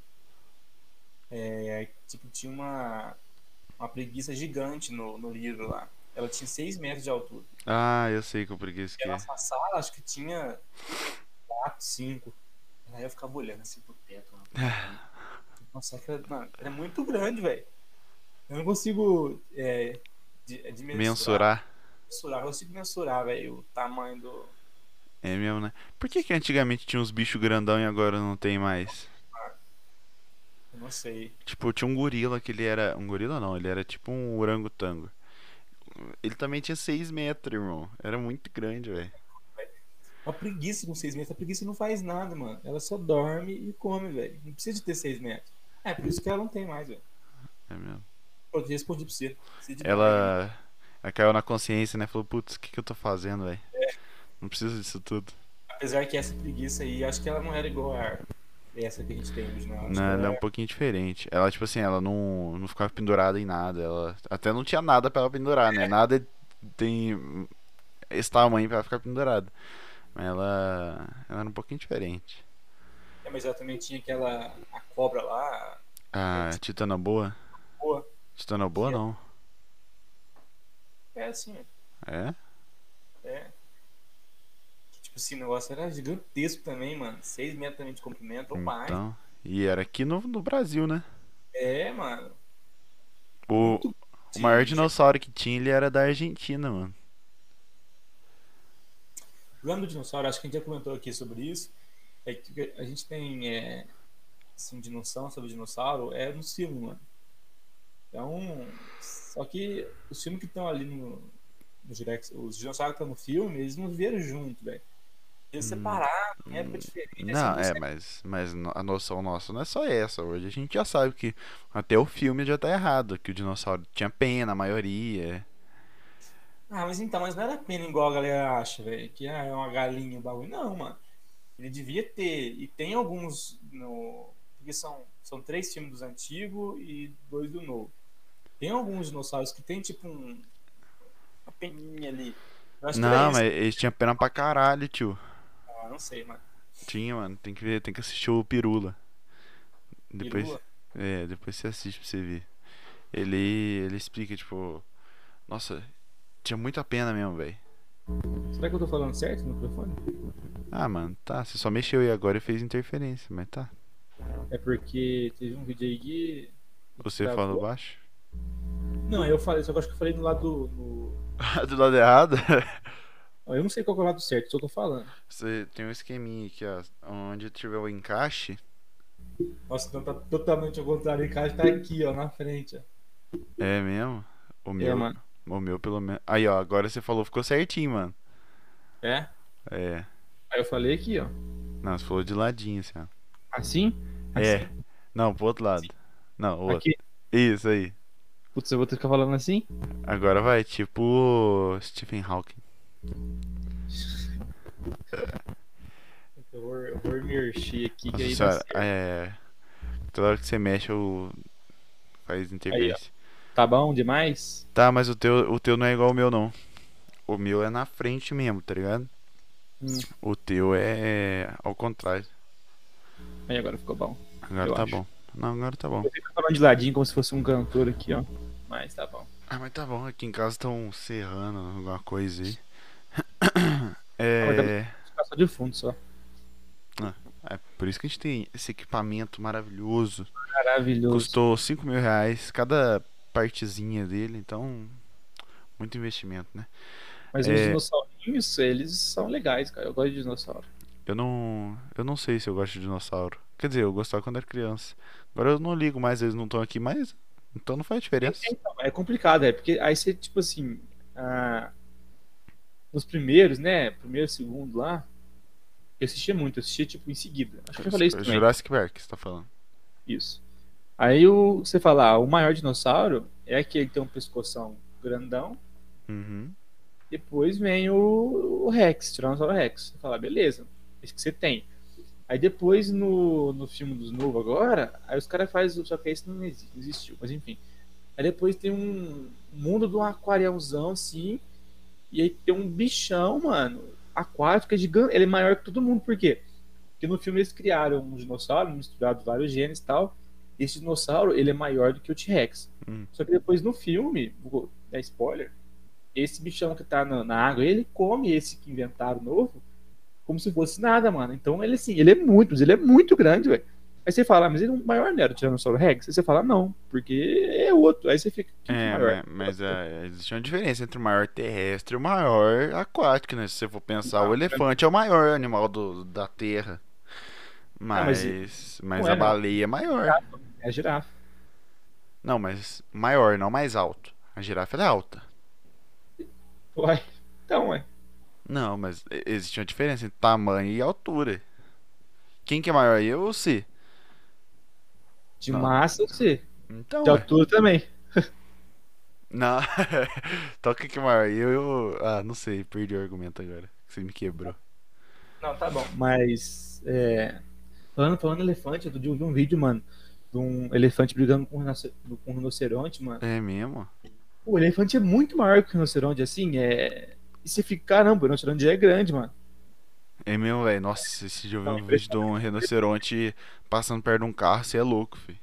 Speaker 2: É, tipo, tinha uma, uma preguiça gigante no, no livro lá. Ela tinha 6 metros de altura.
Speaker 1: Ah, eu sei que eu preguiça
Speaker 2: E
Speaker 1: que
Speaker 2: a
Speaker 1: é.
Speaker 2: nossa sala, acho que tinha 4, 5. Aí eu ficava olhando assim pro
Speaker 1: *laughs*
Speaker 2: teto. Mano. Nossa, é que ela, mano, ela é muito grande, velho. Eu não consigo é, de- é, dimensurar.
Speaker 1: Mensurar.
Speaker 2: mensurar. Eu consigo mensurar, velho, o tamanho do.
Speaker 1: É mesmo, né? Por que, que antigamente tinha uns bichos grandão e agora não tem mais?
Speaker 2: Eu não sei.
Speaker 1: Tipo, tinha um gorila que ele era. Um gorila não, ele era tipo um orangotango. Ele também tinha 6 metros, irmão. Era muito grande, velho.
Speaker 2: Uma preguiça com 6 metros. A preguiça não faz nada, mano. Ela só dorme e come, velho. Não precisa de ter 6 metros. É, por isso que ela não tem mais, velho.
Speaker 1: É mesmo.
Speaker 2: Pô, eu respondi pra você. Precisa de-
Speaker 1: Ela. Ela caiu na consciência, né? Falou, putz, o que, que eu tô fazendo, velho?
Speaker 2: É.
Speaker 1: Não preciso disso tudo.
Speaker 2: Apesar que essa preguiça aí, acho que ela não era igual a essa que a gente tem hoje, não. Acho que
Speaker 1: Não,
Speaker 2: ela
Speaker 1: ela é
Speaker 2: era-
Speaker 1: um pouquinho diferente. Ela, tipo assim, ela não, não ficava pendurada em nada. Ela até não tinha nada pra ela pendurar, né? Nada tem esse tamanho pra ela ficar pendurada. Mas ela, ela era um pouquinho diferente.
Speaker 2: É, mas ela também tinha aquela. A cobra lá.
Speaker 1: Ah, Titana Boa?
Speaker 2: Boa.
Speaker 1: Titana Boa
Speaker 2: Sim.
Speaker 1: não.
Speaker 2: É assim,
Speaker 1: É?
Speaker 2: é. Que, Tipo, esse negócio era gigantesco também, mano. 6 metros também de comprimento ou mais.
Speaker 1: Então. E era aqui no, no Brasil, né?
Speaker 2: É, mano.
Speaker 1: O,
Speaker 2: Muito
Speaker 1: o maior
Speaker 2: Tinha-
Speaker 1: dinossauro que tinha, ele era da Argentina, mano.
Speaker 2: Lembra do dinossauro? Acho que a gente já comentou aqui sobre isso. É que a gente tem é, assim, de noção sobre dinossauro é no filme, mano. Então, só que os filmes que estão ali no, no Jurex, os dinossauros que estão no filme, eles não vieram junto, velho. Ia separar, em época diferente. assim,
Speaker 1: Hum,
Speaker 2: ia ser
Speaker 1: Não,
Speaker 2: muito
Speaker 1: é,
Speaker 2: certo.
Speaker 1: mas, mas no- a noção nossa não é só essa. Hoje a gente já sabe que até o filme já tá errado, que o dinossauro tinha pena, a maioria.
Speaker 2: Ah, mas então, mas não era pena igual a galera acha, velho. Que ah, é uma galinha o bagulho. Não, mano. Ele devia ter. E tem alguns no. Porque são, são três filmes dos antigos e dois do novo. Tem alguns dinossauros que tem tipo um. Uma peninha ali. Eu acho que era
Speaker 1: Não,
Speaker 2: isso.
Speaker 1: mas eles tinham pena pra caralho, tio.
Speaker 2: Ah, não sei, mano.
Speaker 1: Tinha, mano. Tem que ver, tem que assistir o Pirula. Depois,
Speaker 2: Pirula?
Speaker 1: é, depois você assiste pra você ver. Ele, ele explica, tipo, nossa, tinha muita pena mesmo, velho.
Speaker 2: Será que eu tô falando certo no microfone?
Speaker 1: Ah, mano, tá. Você só mexeu aí agora e fez interferência, mas tá.
Speaker 2: É porque teve um vídeo aí que.
Speaker 1: Você
Speaker 2: Tá
Speaker 1: falou
Speaker 2: bom.
Speaker 1: baixo?
Speaker 2: Não, eu falei, só que eu acho que eu falei do lado. do-
Speaker 1: *laughs* Do lado errado?
Speaker 2: Ó, Eu não sei qual que é o lado certo, só tô falando.
Speaker 1: Você tem um esqueminha aqui, ó. Onde tiver o encaixe,
Speaker 2: Nossa, então tá totalmente ao contrário. O cara tá aqui, ó, na frente. Ó.
Speaker 1: é mesmo? O meu,
Speaker 2: mano.
Speaker 1: o meu pelo menos. Aí, ó, agora você falou, ficou certinho, mano.
Speaker 2: É?
Speaker 1: É.
Speaker 2: Aí eu falei aqui, ó.
Speaker 1: Não, você falou de ladinho, assim, ó.
Speaker 2: Assim?
Speaker 1: É. Não, pro outro lado. Não, o outro.
Speaker 2: Aqui.
Speaker 1: Isso aí.
Speaker 2: Putz, eu vou ter que ficar falando assim?
Speaker 1: Agora vai, tipo Stephen Hawking.
Speaker 2: Eu vou, eu vou me erguer aqui, que
Speaker 1: Nossa
Speaker 2: aí dá
Speaker 1: senhora,
Speaker 2: certo.
Speaker 1: é. Toda hora que você mexe, eu. Faz interferência.
Speaker 2: Tá bom demais?
Speaker 1: Tá, mas o teu, o teu não é igual ao meu, não. O meu é na frente mesmo, tá ligado?
Speaker 2: Hum.
Speaker 1: O teu é ao contrário.
Speaker 2: Aí agora ficou bom.
Speaker 1: Agora
Speaker 2: Eu
Speaker 1: tá
Speaker 2: acho.
Speaker 1: bom. Não, agora tá bom.
Speaker 2: Eu fico falando de ladinho como se fosse um cantor aqui, ó. Mas tá bom.
Speaker 1: Ah, mas tá bom, aqui em casa estão serrando alguma coisa aí. *coughs* É,
Speaker 2: Vou ficar só de fundo só.
Speaker 1: é por isso que a gente tem esse equipamento maravilhoso.
Speaker 2: Maravilhoso.
Speaker 1: Custou 5 mil reais cada partezinha dele, então. Muito investimento, né?
Speaker 2: Mas
Speaker 1: é-
Speaker 2: os dinossaurinhos, eles são legais, cara. Eu gosto de dinossauro.
Speaker 1: Eu não. Eu não sei se eu gosto de dinossauro. Quer dizer, eu gostava quando era criança. Agora eu não ligo mais, eles não estão aqui mais. Então não faz diferença.
Speaker 2: Então, é complicado, é porque aí você, tipo assim, ah, nos primeiros, né? Primeiro, segundo lá, eu assistia muito, eu assistia tipo em seguida. Acho que eu já falei isso também.
Speaker 1: Jurassic Park, você tá falando.
Speaker 2: Isso. Aí o, você fala, ah, o maior dinossauro é aquele que tem um pescoção grandão,
Speaker 1: Uhum.
Speaker 2: depois vem o, o Rex, Tiranossauro Rex. Você fala, beleza, esse que você tem. Aí depois no, no filme dos novos agora, aí os caras fazem, só que esse não exi- não existiu, mas enfim. Aí depois tem um mundo de um aquariãozão assim, e aí tem um bichão, mano, aquático, que é gigante, ele é maior que todo mundo, por quê? Porque no filme eles criaram um dinossauro, misturado vários genes e tal, esse dinossauro, ele é maior do que o T-Rex.
Speaker 1: Hum.
Speaker 2: Só que depois no filme, vou dar spoiler, esse bichão que tá na, na água, ele come esse que inventaram novo, como se fosse nada, mano. Então ele assim, ele é muito, mas ele é muito grande, velho. Aí você fala, ah, mas ele é um maior não era o Tiranossauro Rex? Aí você fala, não, porque é outro. Aí você fica, que
Speaker 1: É,
Speaker 2: maior?
Speaker 1: ma- mas, é, existe uma diferença entre o maior terrestre e o maior aquático, né? Se você for pensar,
Speaker 2: Não,
Speaker 1: o elefante é o maior animal do, da Terra.
Speaker 2: mas-
Speaker 1: Ah, Mas, mas,
Speaker 2: não
Speaker 1: a
Speaker 2: é, não.
Speaker 1: baleia é maior.
Speaker 2: É a girafa.
Speaker 1: Não, mas maior, não mais alto. A girafa ela é alta.
Speaker 2: Uai, então, é.
Speaker 1: Não, mas e- existe uma diferença entre tamanho e altura. Quem que é maior, eu ou você?
Speaker 2: De
Speaker 1: Não.
Speaker 2: massa, você.
Speaker 1: Então,
Speaker 2: De
Speaker 1: ué.
Speaker 2: altura também.
Speaker 1: não. *laughs* Toca que é maior, eu, eu... Ah, não sei, perdi o argumento agora. Você me quebrou.
Speaker 2: Não, tá bom. Mas, é... Falando, falando em elefante, outro dia eu vi um vídeo, mano, de um elefante brigando com um rinoce- com um rinoceronte, mano.
Speaker 1: É mesmo?
Speaker 2: O elefante é muito maior que o rinoceronte, assim, é... E você fica, caramba, o rinoceronte já é grande, mano.
Speaker 1: É mesmo, velho. Nossa, esse dia eu vi
Speaker 2: Não,
Speaker 1: um vídeo de um rinoceronte passando perto de um carro, você é louco, filho.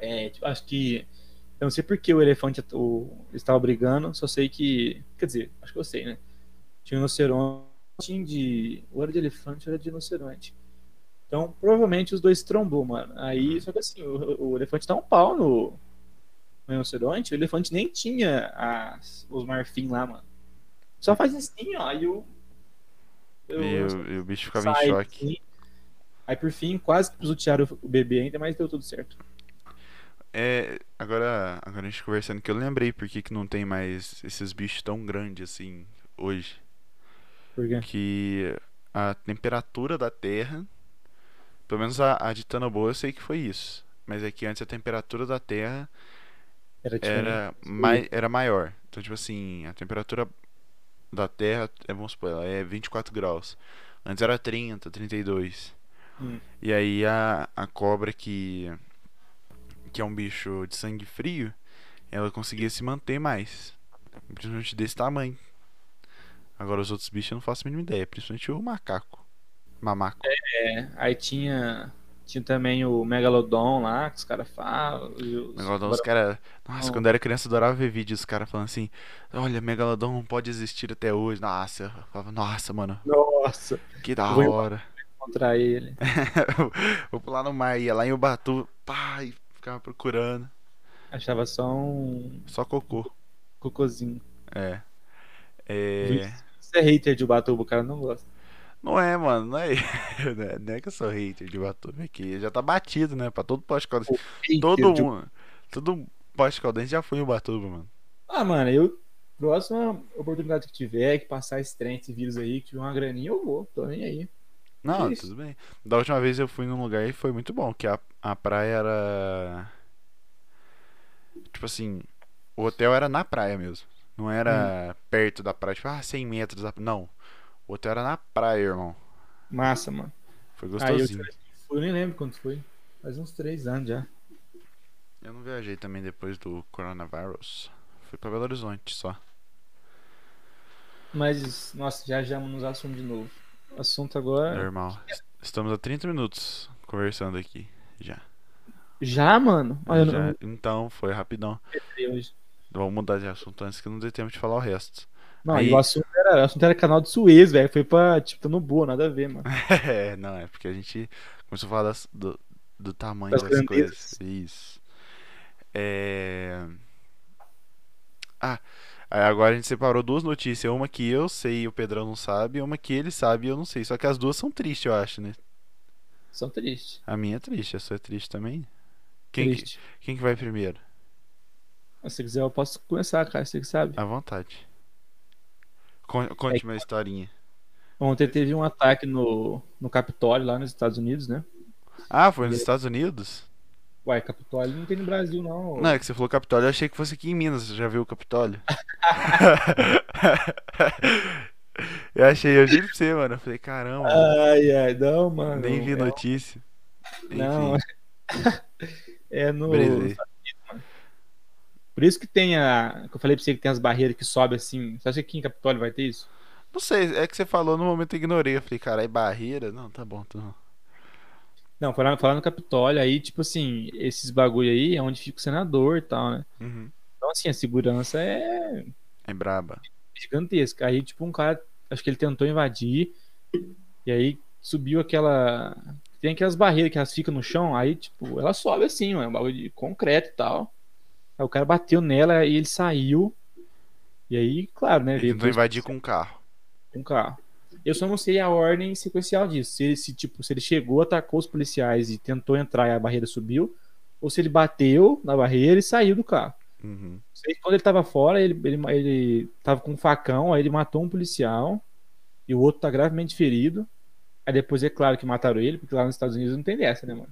Speaker 2: É, tipo, acho que... Eu não sei por que o elefante o... estava brigando, só sei que... Quer dizer, acho que eu sei, né? Tinha um rinoceronte tinha de... Ou era de elefante ou era de rinoceronte. Então, provavelmente os dois trombou, mano.
Speaker 1: Uhum.
Speaker 2: Aí, só que assim, o, o elefante dá um pau no, no rinoceronte, o elefante nem tinha as- os marfim lá, mano. Só faz assim, ó, aí o... o-
Speaker 1: E, o- e o bicho ficava
Speaker 2: sai,
Speaker 1: em choque.
Speaker 2: assim. Aí por fim, quase que pisotearam o- o bebê ainda, mas deu tudo certo.
Speaker 1: É, agora, agora a gente conversando que eu lembrei por que que não tem
Speaker 2: É.
Speaker 1: mais esses bichos tão grandes assim hoje.
Speaker 2: Porque
Speaker 1: Que a temperatura da Terra. Pelo menos a, a de Tanoboa eu sei que foi isso. Mas é que antes a temperatura da Terra
Speaker 2: Era tipo.
Speaker 1: era, mai, era maior. Então, tipo assim, a temperatura da Terra, é, vamos supor, ela é 24 graus. Antes era 30, 32.
Speaker 2: Hum.
Speaker 1: E aí a, a cobra que. que é um bicho de sangue frio, ela conseguia se manter mais. Principalmente desse tamanho. Agora os outros bichos eu não faço a mínima ideia, principalmente o macaco. Mamaco.
Speaker 2: É, aí tinha. Tinha também o Megalodon lá, que os caras falam. e os-
Speaker 1: Megalodon, os caras. Nossa,
Speaker 2: Não.
Speaker 1: quando eu era criança eu adorava ver vídeos dos caras falando assim: Olha, Megalodon não pode existir até hoje. Nossa, eu falava, nossa, mano,
Speaker 2: Nossa,
Speaker 1: que da
Speaker 2: Vou-
Speaker 1: hora. *laughs*
Speaker 2: contra ele.
Speaker 1: Vou pular no mar, ia lá em Ubatu, pá, e ficava procurando.
Speaker 2: Achava só um
Speaker 1: Só cocô.
Speaker 2: cocôzinho.
Speaker 1: É. É.
Speaker 2: Vixe. Você é hater de Ubatuba, o cara não gosta.
Speaker 1: Não é, mano, não é. *laughs* não é- Não é que eu sou hater de Ubatuba aqui. Já tá batido, né? Pra todo pós-caldente. Todo
Speaker 2: Hater de-
Speaker 1: mundo. Todo pós-caldente já foi em Ubatuba, mano.
Speaker 2: Ah, mano, eu. Próxima oportunidade que tiver, que passar esse trem, esse vírus aí, que tiver uma graninha, eu vou. Tô nem aí.
Speaker 1: Não,
Speaker 2: Que isso?
Speaker 1: tudo bem. Da última vez eu fui num lugar e foi muito bom, que a, a praia era. Tipo assim, o hotel era na praia mesmo. Não era
Speaker 2: Hum.
Speaker 1: perto da praia, tipo, ah, 100 metros da Não. O hotel era na praia, irmão.
Speaker 2: Massa, mano.
Speaker 1: Foi
Speaker 2: Aí eu,
Speaker 1: gostosinho.
Speaker 2: eu nem lembro quando foi. Faz uns três anos já.
Speaker 1: Eu não viajei também depois do coronavírus. Fui pra Belo Horizonte só.
Speaker 2: Mas, nossa, já já nos assunto de novo. O assunto agora.
Speaker 1: Normal. Es- Estamos a 30 minutos conversando aqui já. É.
Speaker 2: Já, mano? Olha, eu não-
Speaker 1: Já-
Speaker 2: eu não
Speaker 1: Então, foi rapidão.
Speaker 2: lembrei hoje.
Speaker 1: Vamos mudar de assunto antes que não dê tempo de falar o resto.
Speaker 2: Não,
Speaker 1: Aí-
Speaker 2: e o assunto, era, o assunto era canal de Suez, velho. Foi pra, tipo, tá no boa, nada a ver, mano.
Speaker 1: *laughs* É, não, é porque a gente começou a falar das- do, do tamanho
Speaker 2: Das
Speaker 1: das,
Speaker 2: grandezas.
Speaker 1: coisas. Isso. É... Ah, aí agora a gente separou duas notícias. Uma que eu sei e o Pedrão não sabe, e uma que ele sabe e eu não sei. Só que as duas são tristes, eu acho, né?
Speaker 2: São tristes.
Speaker 1: A minha é triste, a sua é triste também? Quem, que,
Speaker 2: Triste.
Speaker 1: quem que vai primeiro?
Speaker 2: Mas Se quiser, eu posso começar, cara, você que sabe.
Speaker 1: À vontade. Con- Conte
Speaker 2: É
Speaker 1: uma historinha.
Speaker 2: Ontem teve um ataque no, no Capitólio, lá nos Estados Unidos, né?
Speaker 1: Ah, foi nos Estados Unidos?
Speaker 2: Uai, Capitólio não tem no Brasil, não.
Speaker 1: Não, é que você falou Capitólio, eu achei que fosse aqui em Minas, você já viu o
Speaker 2: *laughs*
Speaker 1: Capitólio? *laughs* eu achei, eu juro pra você, mano. Eu falei, caramba,
Speaker 2: Ai, ai, não, mano.
Speaker 1: nem vi
Speaker 2: é,
Speaker 1: notícia. Enfim,
Speaker 2: Não, é no.
Speaker 1: brisei.
Speaker 2: Por isso que tem a. Que eu falei pra você que tem as barreiras que sobe assim. Você acha que aqui em Capitólio vai ter isso?
Speaker 1: Não sei, é que você falou no momento eu ignorei. Eu falei, caralho, barreira? Não, tá bom, tá bom.
Speaker 2: Não, foi lá, foi lá no Capitólio, aí, tipo assim, esses bagulho aí é onde fica o senador e tal, né?
Speaker 1: Uhum.
Speaker 2: Então, assim, a segurança é
Speaker 1: É braba.
Speaker 2: gigantesca. Aí, tipo, um cara, acho que ele tentou invadir, e aí subiu aquela. Tem aquelas barreiras que elas ficam no chão, aí, tipo, ela sobe assim, ó, é um bagulho de concreto e tal. Aí o cara bateu nela e ele saiu. E aí, claro, né?
Speaker 1: Ele
Speaker 2: veio
Speaker 1: tentou
Speaker 2: dois-
Speaker 1: invadir com um carro.
Speaker 2: com o carro. Eu só não sei a ordem sequencial disso. Se ele, se, tipo, se ele chegou, atacou os policiais e tentou entrar e a barreira subiu, ou se ele bateu na barreira e saiu do carro.
Speaker 1: Uhum.
Speaker 2: Sei que quando ele tava fora, ele, ele, ele tava com um facão, aí ele matou um policial e o outro tá gravemente ferido. Aí depois é claro que mataram ele, porque lá nos Estados Unidos não tem dessa, né, mano?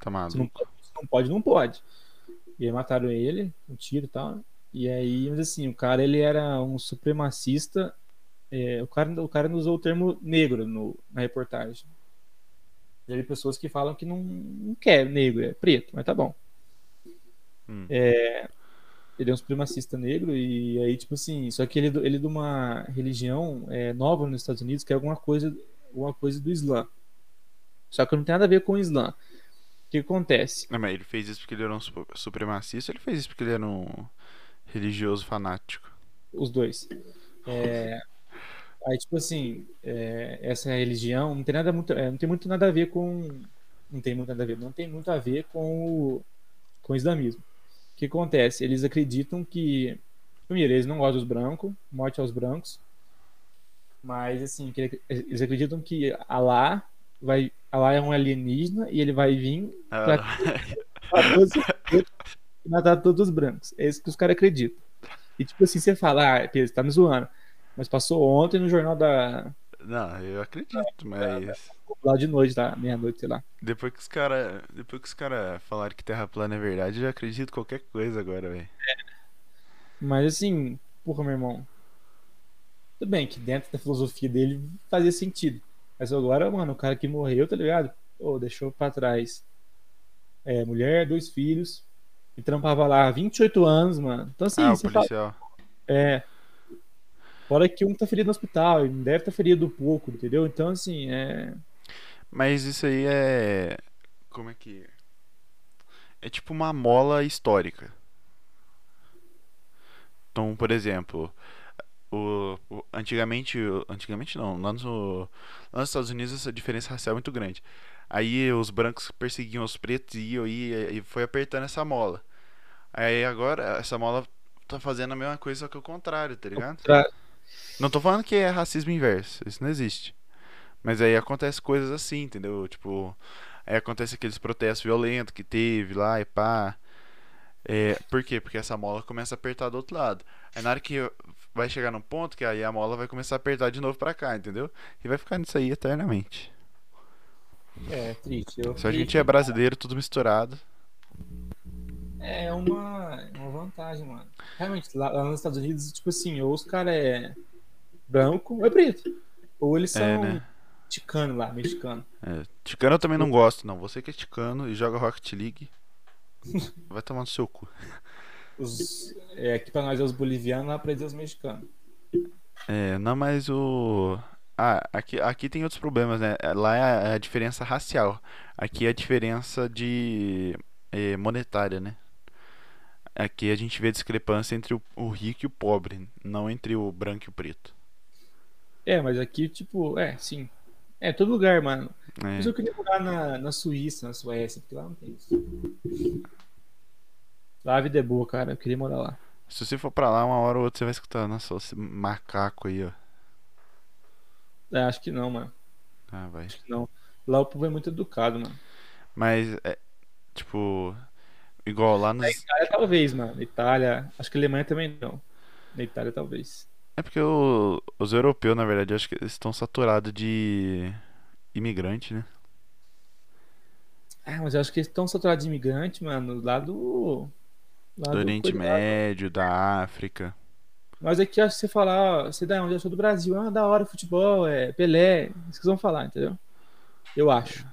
Speaker 1: Tá
Speaker 2: Se não
Speaker 1: maluco.
Speaker 2: pode, se não pode, não pode. E aí mataram ele, um tiro e tal. né? E aí, mas assim, o cara ele era um supremacista. é, o, cara, o cara não usou o termo negro no, na reportagem. E aí pessoas que falam que não, não quer negro, é preto, mas tá bom.
Speaker 1: Hum.
Speaker 2: É, ele é um supremacista negro e aí, tipo assim, só que ele, é do- ele é de uma religião é, nova nos Estados Unidos que é alguma coisa, alguma coisa do Islã. Só que não tem nada a ver com o Islã. O que acontece?
Speaker 1: Não, mas ele fez isso porque ele era um su- supremacista, ou ele fez isso porque ele era um religioso fanático.
Speaker 2: os dois. É, aí, tipo assim, é, essa religião não tem nada muito, é, não tem muito nada a ver com, não tem muito nada a ver, não tem muito a ver com o, com o islamismo. O que acontece? Eles acreditam que, primeiro, eles não gostam dos brancos, morte aos brancos, mas assim, que ele- eles acreditam que Alá vai, Alá é um alienígena e ele vai vir Pra-
Speaker 1: Ah,
Speaker 2: matar todos os pretos e matar todos os brancos. É isso que os caras acreditam. E tipo assim, você fala, ah, Pedro, você tá me zoando. Mas passou ontem no jornal da,
Speaker 1: Não, eu acredito, mas.
Speaker 2: Lá de noite, tá? Meia-noite, sei lá.
Speaker 1: Depois que os caras. Depois que os caras falaram que Terra plana é verdade, eu já acredito em qualquer coisa agora, velho.
Speaker 2: Mas assim, porra, meu irmão. Tudo bem que dentro da filosofia dele fazia sentido. Mas agora, mano, o cara que morreu, tá ligado? Pô, deixou pra trás é, mulher, dois filhos. E trampava lá há 28 anos, mano. Então assim,
Speaker 1: ah, o
Speaker 2: você fala,
Speaker 1: policial.
Speaker 2: é. Fora que um tá ferido no hospital, e deve tá ferido pouco, entendeu? Então, assim, é.
Speaker 1: Mas isso aí é. Como é que. É tipo uma mola histórica. Então, por exemplo, o, o- antigamente. o- Antigamente não, lá, no, lá nos Estados Unidos essa diferença racial é muito grande. Aí os brancos perseguiam os pretos e, iam- e, e foi apertando essa mola. Aí agora essa mola tá fazendo a mesma coisa, só que é o contrário, tá ligado?
Speaker 2: Tra-
Speaker 1: Não tô falando que é racismo inverso, isso não existe. Mas aí acontece coisas assim, entendeu? Tipo, aí acontece aqueles protestos violentos que teve lá e pá. É, por quê? Porque essa mola começa a apertar do outro lado. Aí na hora que vai chegar num ponto que aí a mola vai começar a apertar de novo pra cá, entendeu? E vai ficar nisso aí eternamente.
Speaker 2: É, triste. Eu
Speaker 1: Só a
Speaker 2: fiquei-
Speaker 1: gente é brasileiro, tudo misturado.
Speaker 2: É uma, é uma vantagem, mano. Realmente, lá, lá nos Estados Unidos, tipo assim, ou os caras é branco ou é preto. Ou eles são
Speaker 1: É,
Speaker 2: mexicanos
Speaker 1: né?
Speaker 2: lá, mexicano.
Speaker 1: É, Ticano eu também não gosto, não. Você que é ticano e joga Rocket League, vai tomar no seu cu.
Speaker 2: Os, é, aqui pra nós é os bolivianos, lá pra eles é os mexicanos.
Speaker 1: É, não, mas o. Ah, aqui, aqui tem outros problemas, né? Lá é a- é a diferença racial. Aqui é a diferença de. eh, monetária, né? Aqui a gente vê a discrepância entre o, o rico e o pobre, não entre o branco e o preto.
Speaker 2: É, mas aqui, tipo, é, sim. É, todo lugar, mano.
Speaker 1: É,
Speaker 2: Mas eu queria morar na, na Suíça, na Suécia, porque lá não tem isso. Lá a vida é boa, cara. Eu queria morar lá.
Speaker 1: Se você for pra lá, uma hora ou outra você vai escutar, nossa, esse macaco aí, ó.
Speaker 2: É, acho que não, mano.
Speaker 1: Ah, vai.
Speaker 2: Acho que não. Lá o povo é muito educado, mano.
Speaker 1: Mas, é, tipo, igual lá nos.
Speaker 2: Itália talvez, mano. Itália. Acho que Alemanha também não. Na Itália talvez.
Speaker 1: É porque o- os europeus, na verdade, eu acho que eles estão saturados de imigrante, né?
Speaker 2: Ah, mas eu acho que eles estão saturados de imigrante, mano, lá do. Lá
Speaker 1: Do Oriente
Speaker 2: coisa lá.
Speaker 1: Médio, da África.
Speaker 2: Mas aqui acho que você falar, ó, você dá onde eu sou do Brasil, ah, da hora futebol, é Pelé, isso que eles vão falar, entendeu? Eu acho.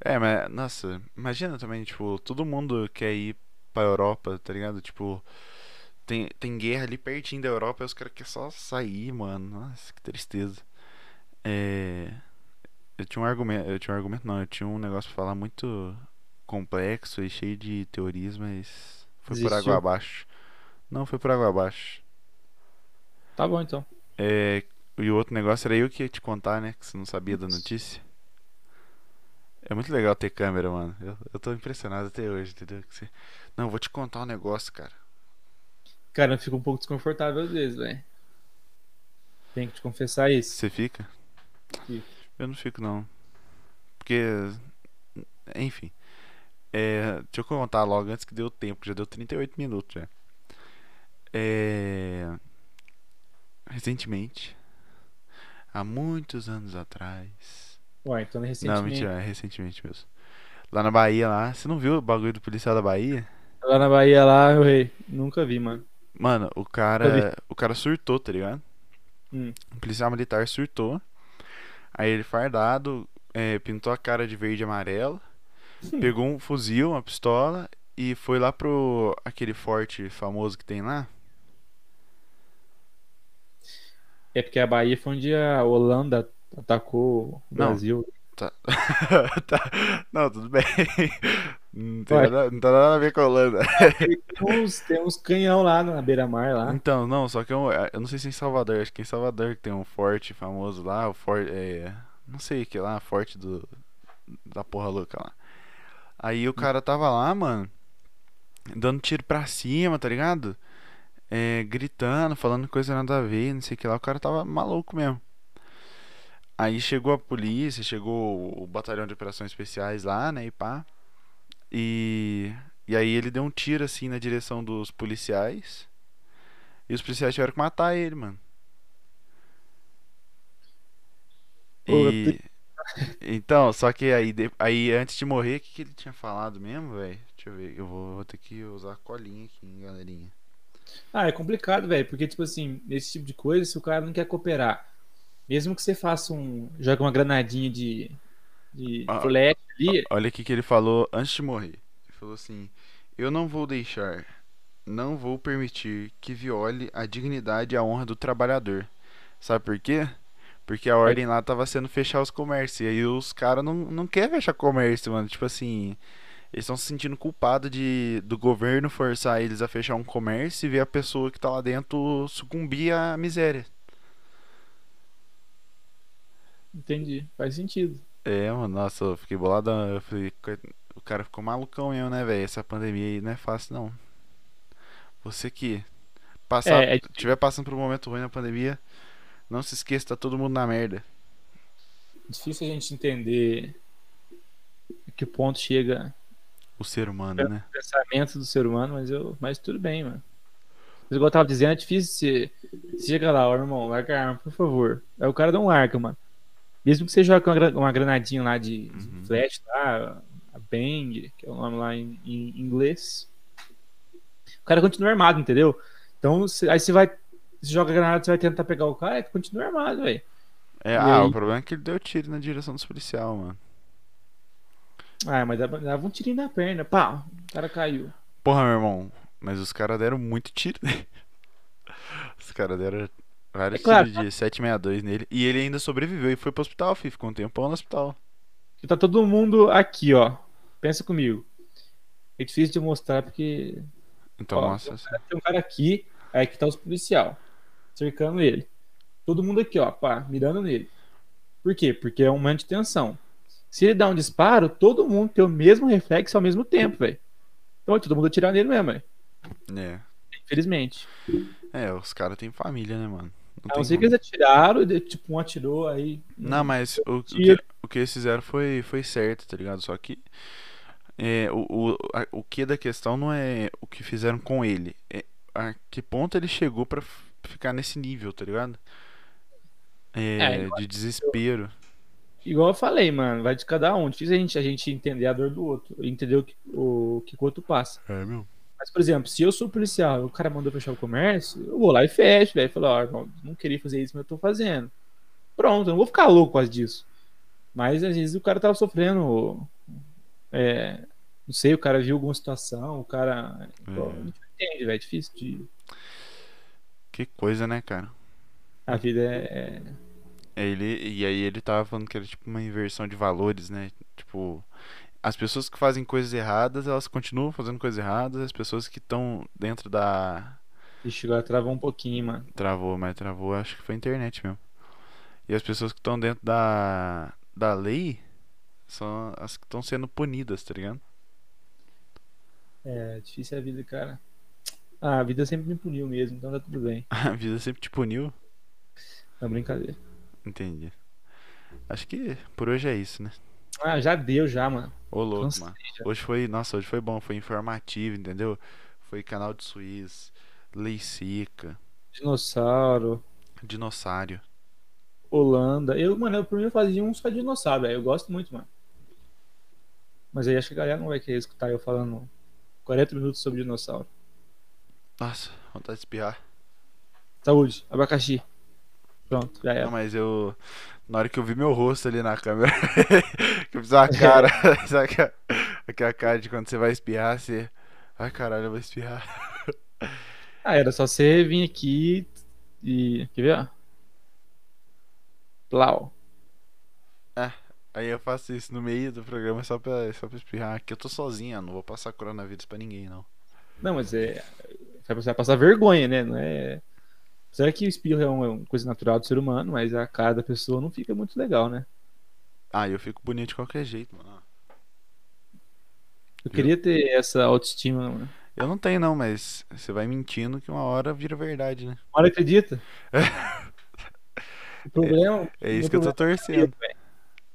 Speaker 1: É, mas, nossa, imagina também, tipo, todo mundo quer ir pra Europa, tá ligado? Tipo, tem, tem guerra ali pertinho da Europa e os caras querem só sair, mano. Nossa, que tristeza. É. Eu tinha um argumento. Eu tinha um argumento, não, eu tinha um negócio pra falar muito complexo e cheio de teorias, mas. Foi por
Speaker 2: Desistiu?
Speaker 1: água abaixo. Não, foi por água abaixo.
Speaker 2: Tá bom então.
Speaker 1: É, e o outro negócio era eu que ia te contar, né? Que você não sabia da notícia. É muito legal ter câmera, mano. Eu, eu tô impressionado até hoje, entendeu? Que você- Não, eu vou te contar um negócio, cara.
Speaker 2: Cara, eu fico um pouco desconfortável às vezes, velho. Tenho que te confessar isso.
Speaker 1: Você fica?
Speaker 2: Fico.
Speaker 1: Eu não fico, não. Porque. Enfim. É, deixa eu contar logo antes que deu tempo, já deu 38 minutos já. É, Recentemente, há muitos anos atrás,
Speaker 2: Ué, então não
Speaker 1: Não,
Speaker 2: é recentemente.
Speaker 1: mentira, é recentemente mesmo. Lá na Bahia, lá. Você não viu o bagulho do policial da Bahia?
Speaker 2: Lá na Bahia, lá, eu rei. Nunca vi, mano.
Speaker 1: Mano, o
Speaker 2: Eu
Speaker 1: cara. O cara surtou, tá ligado?
Speaker 2: Hum.
Speaker 1: O policial militar surtou. Aí ele fardado, é, pintou a cara de verde e amarelo. Pegou um fuzil, uma pistola e foi lá pro. aquele forte famoso que tem lá. *laughs*
Speaker 2: É porque a Bahia foi onde a Holanda atacou o
Speaker 1: Não.
Speaker 2: Brasil.
Speaker 1: Tá. Tá. Não, tudo bem. *laughs* Não tem,
Speaker 2: Vai.
Speaker 1: nada, não tem nada a ver com a Holanda.
Speaker 2: Tem uns, tem uns canhão lá na beira-mar lá.
Speaker 1: Então, não, só que eu, eu não sei se é em Salvador, acho que é em Salvador que tem um forte famoso lá, o forte, é, não sei o que lá, forte do, da porra louca lá. Aí o cara tava lá, mano, dando tiro pra cima, tá ligado? É, gritando, falando coisa nada a ver, não sei o que lá, o cara tava maluco mesmo. Aí chegou a polícia, chegou o batalhão de operações especiais lá, né, e pá. E, e aí ele deu um tiro assim na direção dos policiais. E os policiais tiveram que matar ele, mano. E. Então, só que aí, de- aí antes de morrer, o que, que ele tinha falado mesmo, velho? Deixa eu ver, eu vou, vou ter que usar a colinha aqui, hein, galerinha.
Speaker 2: Ah, é complicado, velho, porque, tipo assim, nesse tipo de coisa, se o cara não quer cooperar, mesmo que você faça um. joga uma granadinha de. de
Speaker 1: Ah.
Speaker 2: flecha ali,
Speaker 1: Olha o que que ele falou antes de morrer. Ele falou assim: Eu não vou deixar, não vou permitir que viole a dignidade e a honra do trabalhador. Sabe por quê? Porque a ordem lá tava sendo fechar os comércios. E aí os caras não, não querem fechar comércio, mano. Tipo assim, eles estão se sentindo culpados de, do governo forçar eles a fechar um comércio e ver a pessoa que tá lá dentro sucumbir à miséria.
Speaker 2: entendi, faz sentido.
Speaker 1: É, mano, nossa, eu fiquei boladão. Eu falei, coi- o cara ficou malucão mesmo, né, velho? Essa pandemia aí não é fácil, não. Você que passar,
Speaker 2: É, é difícil.
Speaker 1: tiver passando por um momento ruim na pandemia, não se esqueça, tá todo mundo na merda.
Speaker 2: Difícil a gente entender a que ponto chega
Speaker 1: O ser humano,
Speaker 2: É.
Speaker 1: né?
Speaker 2: o pensamento do ser humano, mas eu. Mas tudo bem, mano. Mas igual eu tava dizendo, é difícil você. Você chega lá, ó, irmão, larga a arma, por favor. Aí o cara não larga, mano. Mesmo que você jogue uma, gra- uma granadinha lá de, de
Speaker 1: Uhum.
Speaker 2: flash lá, a Bang, que é o nome lá em, em inglês. O cara continua armado, entendeu? Então você- aí você vai. Você joga a granada, você vai tentar pegar o cara, ele continua armado, velho.
Speaker 1: É,
Speaker 2: E
Speaker 1: ah, o
Speaker 2: aí?
Speaker 1: problema é que ele deu tiro na direção dos policiais, mano.
Speaker 2: Ah, mas dava, dava um tirinho na perna, pá, o cara caiu.
Speaker 1: Porra, meu irmão, mas os caras deram muito tiro, né? *laughs* Os caras deram vários
Speaker 2: É claro.
Speaker 1: tiros de 762 nele. E ele ainda sobreviveu e foi pro hospital, filho. Ficou um tempão no hospital.
Speaker 2: E tá todo mundo aqui, ó. Pensa comigo. É difícil de mostrar porque
Speaker 1: Então,
Speaker 2: Ó,
Speaker 1: nossa.
Speaker 2: tem um cara aqui, aí que tá os policial cercando ele. Todo mundo aqui, ó, pá, mirando nele. Por quê? Porque é um momento de tensão. Se ele dá um disparo, todo mundo tem o mesmo reflexo ao mesmo tempo, velho. Então, todo mundo atirar nele mesmo, velho.
Speaker 1: É.
Speaker 2: Infelizmente.
Speaker 1: É, os caras têm família, né, mano? Não
Speaker 2: A
Speaker 1: tem
Speaker 2: não ser
Speaker 1: como.
Speaker 2: que eles atiraram, e, tipo, um atirou, aí.
Speaker 1: Não, mas o, o que,
Speaker 2: Tiro.
Speaker 1: o que eles fizeram foi, foi certo, tá ligado? Só que é, o, o, a- o que da questão não é o que fizeram com ele, é a que ponto ele chegou pra f- ficar nesse nível, tá ligado?
Speaker 2: É,
Speaker 1: É,
Speaker 2: eu
Speaker 1: de desespero.
Speaker 2: Igual eu falei, mano, vai de cada um. Difícil a gente, a gente entender a dor do outro, entender o que o, que o outro passa.
Speaker 1: É, meu.
Speaker 2: Mas, por exemplo, se eu sou policial e o cara mandou fechar o comércio, eu vou lá e fecho, velho. Falo, ó, irmão, não queria fazer isso, mas eu tô fazendo. Pronto, eu não vou ficar louco por causa disso. Mas às vezes o cara tava sofrendo. é, não sei, o cara viu alguma situação, o cara. Pô, não entende, velho. É difícil de.
Speaker 1: Que coisa, né, cara?
Speaker 2: A vida é. é-
Speaker 1: Ele, e aí ele tava falando que era tipo uma inversão de valores, né? Tipo, as pessoas que fazem coisas erradas, elas continuam fazendo coisas erradas, as pessoas que estão dentro da.
Speaker 2: Ixi, agora travou um pouquinho, mano.
Speaker 1: Travou, mas travou, acho que foi a internet mesmo. E as pessoas que estão dentro da. da lei são as que estão sendo punidas, tá ligado? *laughs*
Speaker 2: É difícil a vida, cara. Ah, a vida sempre me puniu mesmo, então tá tudo bem.
Speaker 1: A vida sempre te puniu.
Speaker 2: É brincadeira.
Speaker 1: Entendi. Acho que por hoje é isso, né?
Speaker 2: Ah, já deu, já, mano.
Speaker 1: Ô louco,
Speaker 2: Cansei
Speaker 1: mano. Hoje foi. Nossa, hoje foi bom, foi informativo, entendeu? Foi canal de Suíça, Lei Seca,
Speaker 2: Dinossauro.
Speaker 1: Dinossauro.
Speaker 2: Holanda. Eu, mano, eu, por mim eu fazia um só de dinossauro, velho. Eu gosto muito, mano. Mas aí acho que a galera não vai querer escutar eu falando 40 minutos sobre dinossauro.
Speaker 1: Nossa, vontade de espirrar.
Speaker 2: Saúde, abacaxi. Pronto, já
Speaker 1: Não,
Speaker 2: era.
Speaker 1: mas eu. Na hora que eu vi meu rosto ali na câmera, *laughs* que eu fiz uma cara. *laughs* sabe aquela, aquela cara de quando você vai espirrar, você. Ai caralho, eu vou espirrar.
Speaker 2: Ah, era só você vir aqui e. Quer ver, ó? Plau.
Speaker 1: Aí eu faço isso no meio do programa só pra, só pra espirrar. Aqui eu tô sozinha, não vou passar coronavírus pra ninguém, não.
Speaker 2: Não, mas é. Você vai passar vergonha, né? Não é. Será que o espirro é uma é uma coisa natural do ser humano, mas a cara da pessoa não fica muito legal, né?
Speaker 1: Ah, eu fico bonito de qualquer jeito, mano.
Speaker 2: Eu queria ter essa autoestima, mano.
Speaker 1: Eu não tenho, não, mas você vai mentindo que uma hora vira verdade, né?
Speaker 2: Uma hora *laughs* acredita. É, o problema.
Speaker 1: É isso que eu tô torcendo.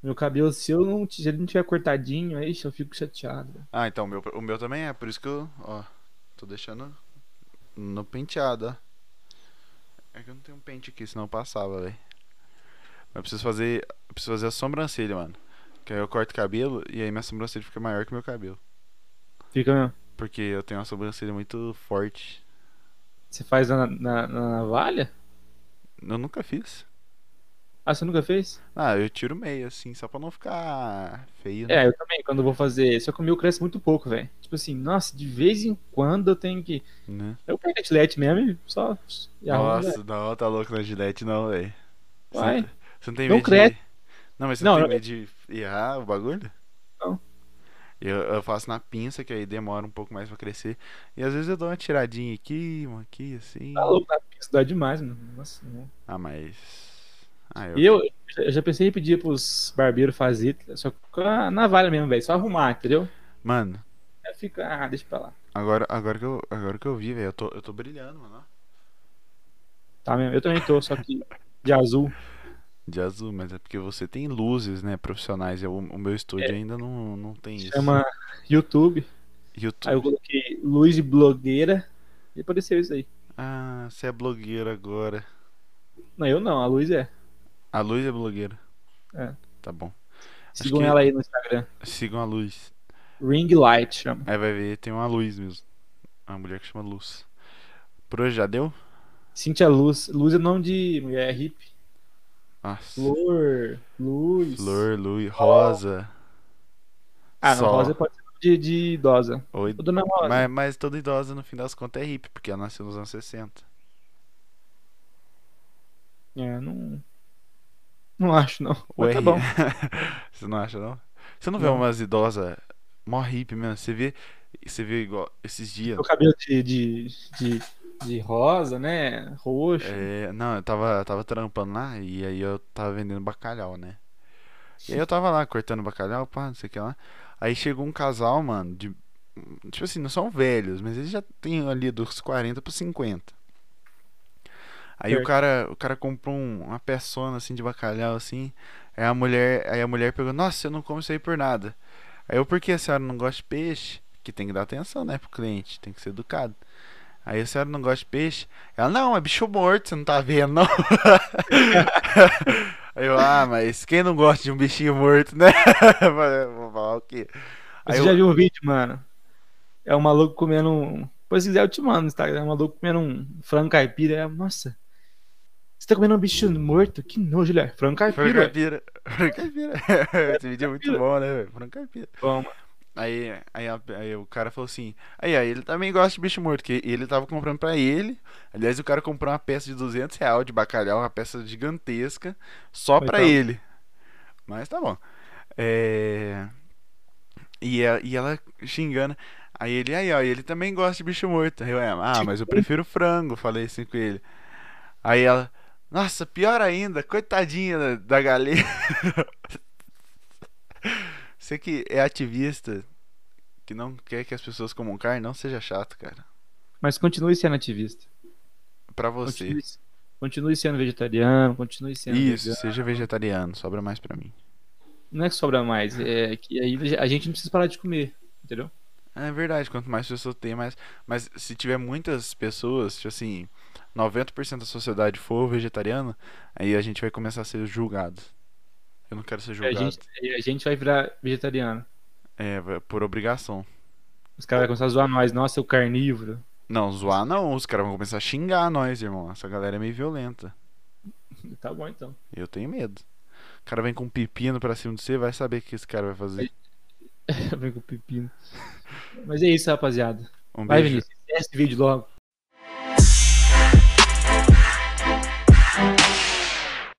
Speaker 2: Meu cabelo, se, eu não, se ele não tiver cortadinho, aí eu fico chateado. velho.
Speaker 1: Ah, então o meu, o meu também é, por isso que eu, ó, tô deixando no penteado, ó. É que eu não tenho um pente aqui, senão eu passava, velho. Mas eu preciso fazer, eu preciso fazer a sobrancelha, mano. Que aí eu corto cabelo e aí minha sobrancelha fica maior que meu cabelo.
Speaker 2: Fica mesmo.
Speaker 1: Porque eu tenho uma sobrancelha muito forte.
Speaker 2: Você faz na, na, na navalha?
Speaker 1: Eu nunca fiz.
Speaker 2: Ah, você nunca fez?
Speaker 1: Ah, eu tiro meio, assim, só pra não ficar feio, né?
Speaker 2: É, eu também, quando eu vou fazer. Só que o meu cresce muito pouco, velho. Tipo assim, nossa, de vez em quando eu tenho que.
Speaker 1: Né?
Speaker 2: Eu pego a gilete mesmo e só. E um arrumo,
Speaker 1: Nossa,
Speaker 2: velho.
Speaker 1: não, tá louco na Gillette não, velho. Você
Speaker 2: Vai.
Speaker 1: não- Você não tem
Speaker 2: Não
Speaker 1: medo
Speaker 2: cresce.
Speaker 1: de... Não, mas você
Speaker 2: um Não,
Speaker 1: não,
Speaker 2: eu-
Speaker 1: tem medo de errar o bagulho?
Speaker 2: Não.
Speaker 1: Eu, eu faço na pinça, que aí demora um pouco mais pra crescer. E às vezes eu dou uma tiradinha aqui, uma aqui, assim.
Speaker 2: Tá louco, na pista dá demais, mano. Nossa, não.
Speaker 1: Ah, mas... Ah, eu...
Speaker 2: E eu, eu já pensei em pedir pros barbeiros fazer, só com a navalha mesmo, velho. Só arrumar, entendeu?
Speaker 1: Mano,
Speaker 2: Aí fica, ah, deixa pra lá.
Speaker 1: agora, agora, que, eu, agora que eu vi, velho, eu tô, eu tô brilhando, mano. ó.
Speaker 2: Tá mesmo. Eu também tô, só que de azul.
Speaker 1: De azul, mas é porque você tem luzes, né, profissionais. Eu, o meu estúdio ainda não, não tem *laughs* isso.
Speaker 2: É. Chama YouTube.
Speaker 1: YouTube.
Speaker 2: Aí eu coloquei luz de blogueira e apareceu isso aí.
Speaker 1: Ah, você é blogueira agora.
Speaker 2: Não, eu não, a luz é.
Speaker 1: A Luz é blogueira.
Speaker 2: É.
Speaker 1: Tá bom.
Speaker 2: Sigam
Speaker 1: que-
Speaker 2: ela aí no Instagram.
Speaker 1: Sigam a Luz.
Speaker 2: Ring Light chama.
Speaker 1: Aí vai ver, tem uma Luz mesmo. Uma mulher que chama Luz. Por hoje já deu?
Speaker 2: Cintia Luz. Luz é nome de mulher hippie.
Speaker 1: Nossa.
Speaker 2: Flor, luz.
Speaker 1: Flor, Luz, Rosa.
Speaker 2: Ah, não,
Speaker 1: Sol.
Speaker 2: rosa pode ser nome de, de idosa.
Speaker 1: Oi.
Speaker 2: Ô, dona Rosa.
Speaker 1: Mas, mas toda idosa no fim das contas é hippie, porque ela nasceu nos anos 60.
Speaker 2: É, não. Não acho, não.
Speaker 1: Ué, *laughs*
Speaker 2: Mas tá bom.
Speaker 1: Você não acha, não? Você não vê
Speaker 2: Não.
Speaker 1: umas idosas mó hippie mesmo? Você vê, você vê igual esses dias.
Speaker 2: o cabelo de, de, de, de rosa, né? Roxo.
Speaker 1: É, não, eu tava, tava trampando lá e aí eu tava vendendo bacalhau, né? E aí eu tava lá cortando bacalhau, pá, não sei o que lá. Aí chegou um casal, mano, de. Tipo assim, não são velhos, mas eles já têm ali dos 40 pros 50. Aí o
Speaker 2: Certo.
Speaker 1: cara, o cara comprou um- uma peçona assim de bacalhau assim. Aí a mulher, aí a mulher pegou, nossa, eu não como isso aí por nada. Aí eu, por que a senhora não gosta de peixe? Que tem que dar atenção, né, pro cliente, tem que ser educado. Aí a senhora não gosta de peixe? Ela, não, é bicho morto, você não tá vendo, não. Aí eu, ah, mas quem não gosta de um bichinho morto, né? *laughs* Vou falar o quê? Aí
Speaker 2: Você
Speaker 1: eu,
Speaker 2: já viu o vídeo, mano? É um maluco comendo um. Depois, se quiser, eu te mando no Instagram. É um maluco comendo um frango caipira. É, Nossa. Você tá comendo um bicho morto? Que nojo, Léo. Frango
Speaker 1: Frango
Speaker 2: É caipira.
Speaker 1: caipira. Frango caipira. *laughs* Esse vídeo é muito bom, né, velho? Frango caipira.
Speaker 2: Bom, mano.
Speaker 1: Aí, aí, a- aí o cara falou assim: aí, aí ele também gosta de bicho morto, que ele tava comprando pra ele. Aliás, o cara comprou uma peça de 200 reais de bacalhau, uma peça gigantesca, só
Speaker 2: Mas
Speaker 1: pra
Speaker 2: tá.
Speaker 1: ele. Mas tá bom. É... E, a- e ela xingando. Aí ele, aí, ó, ele também gosta de bicho morto. Aí eu, ah, mas eu prefiro frango, falei assim com ele. Aí ela, nossa, pior ainda, coitadinha da, da galinha. *laughs* Você que é ativista, que não quer que as pessoas comam carne, não seja chato, cara.
Speaker 2: Mas continue sendo ativista.
Speaker 1: Pra você.
Speaker 2: Continue, continue sendo vegetariano, continue sendo.
Speaker 1: Isso,
Speaker 2: vegano.
Speaker 1: seja vegetariano, sobra mais pra mim.
Speaker 2: Não é que sobra mais. É que aí a gente não precisa parar de comer. Entendeu?
Speaker 1: É verdade, quanto mais pessoas tem, mais. Mas se tiver muitas pessoas, tipo assim, 90% da sociedade for vegetariana, aí a gente vai começar a ser julgado. Eu não quero ser
Speaker 2: É, A
Speaker 1: julgado.
Speaker 2: gente, a gente vai virar vegetariano.
Speaker 1: É, vai- por obrigação.
Speaker 2: Os caras vão começar a zoar nós. Nossa, é o carnívoro.
Speaker 1: Não, zoar não, os caras vão começar a xingar nós, irmão. Essa galera é meio violenta.
Speaker 2: Tá bom, então. *laughs*
Speaker 1: Eu tenho medo. O cara vem com um pepino pra cima de você, vai saber o que esse cara vai fazer.
Speaker 2: Vem com o pepino. Mas é isso, rapaziada.
Speaker 1: Um
Speaker 2: Vai,
Speaker 1: beijo.
Speaker 2: Vinícius. Encerra esse vídeo logo.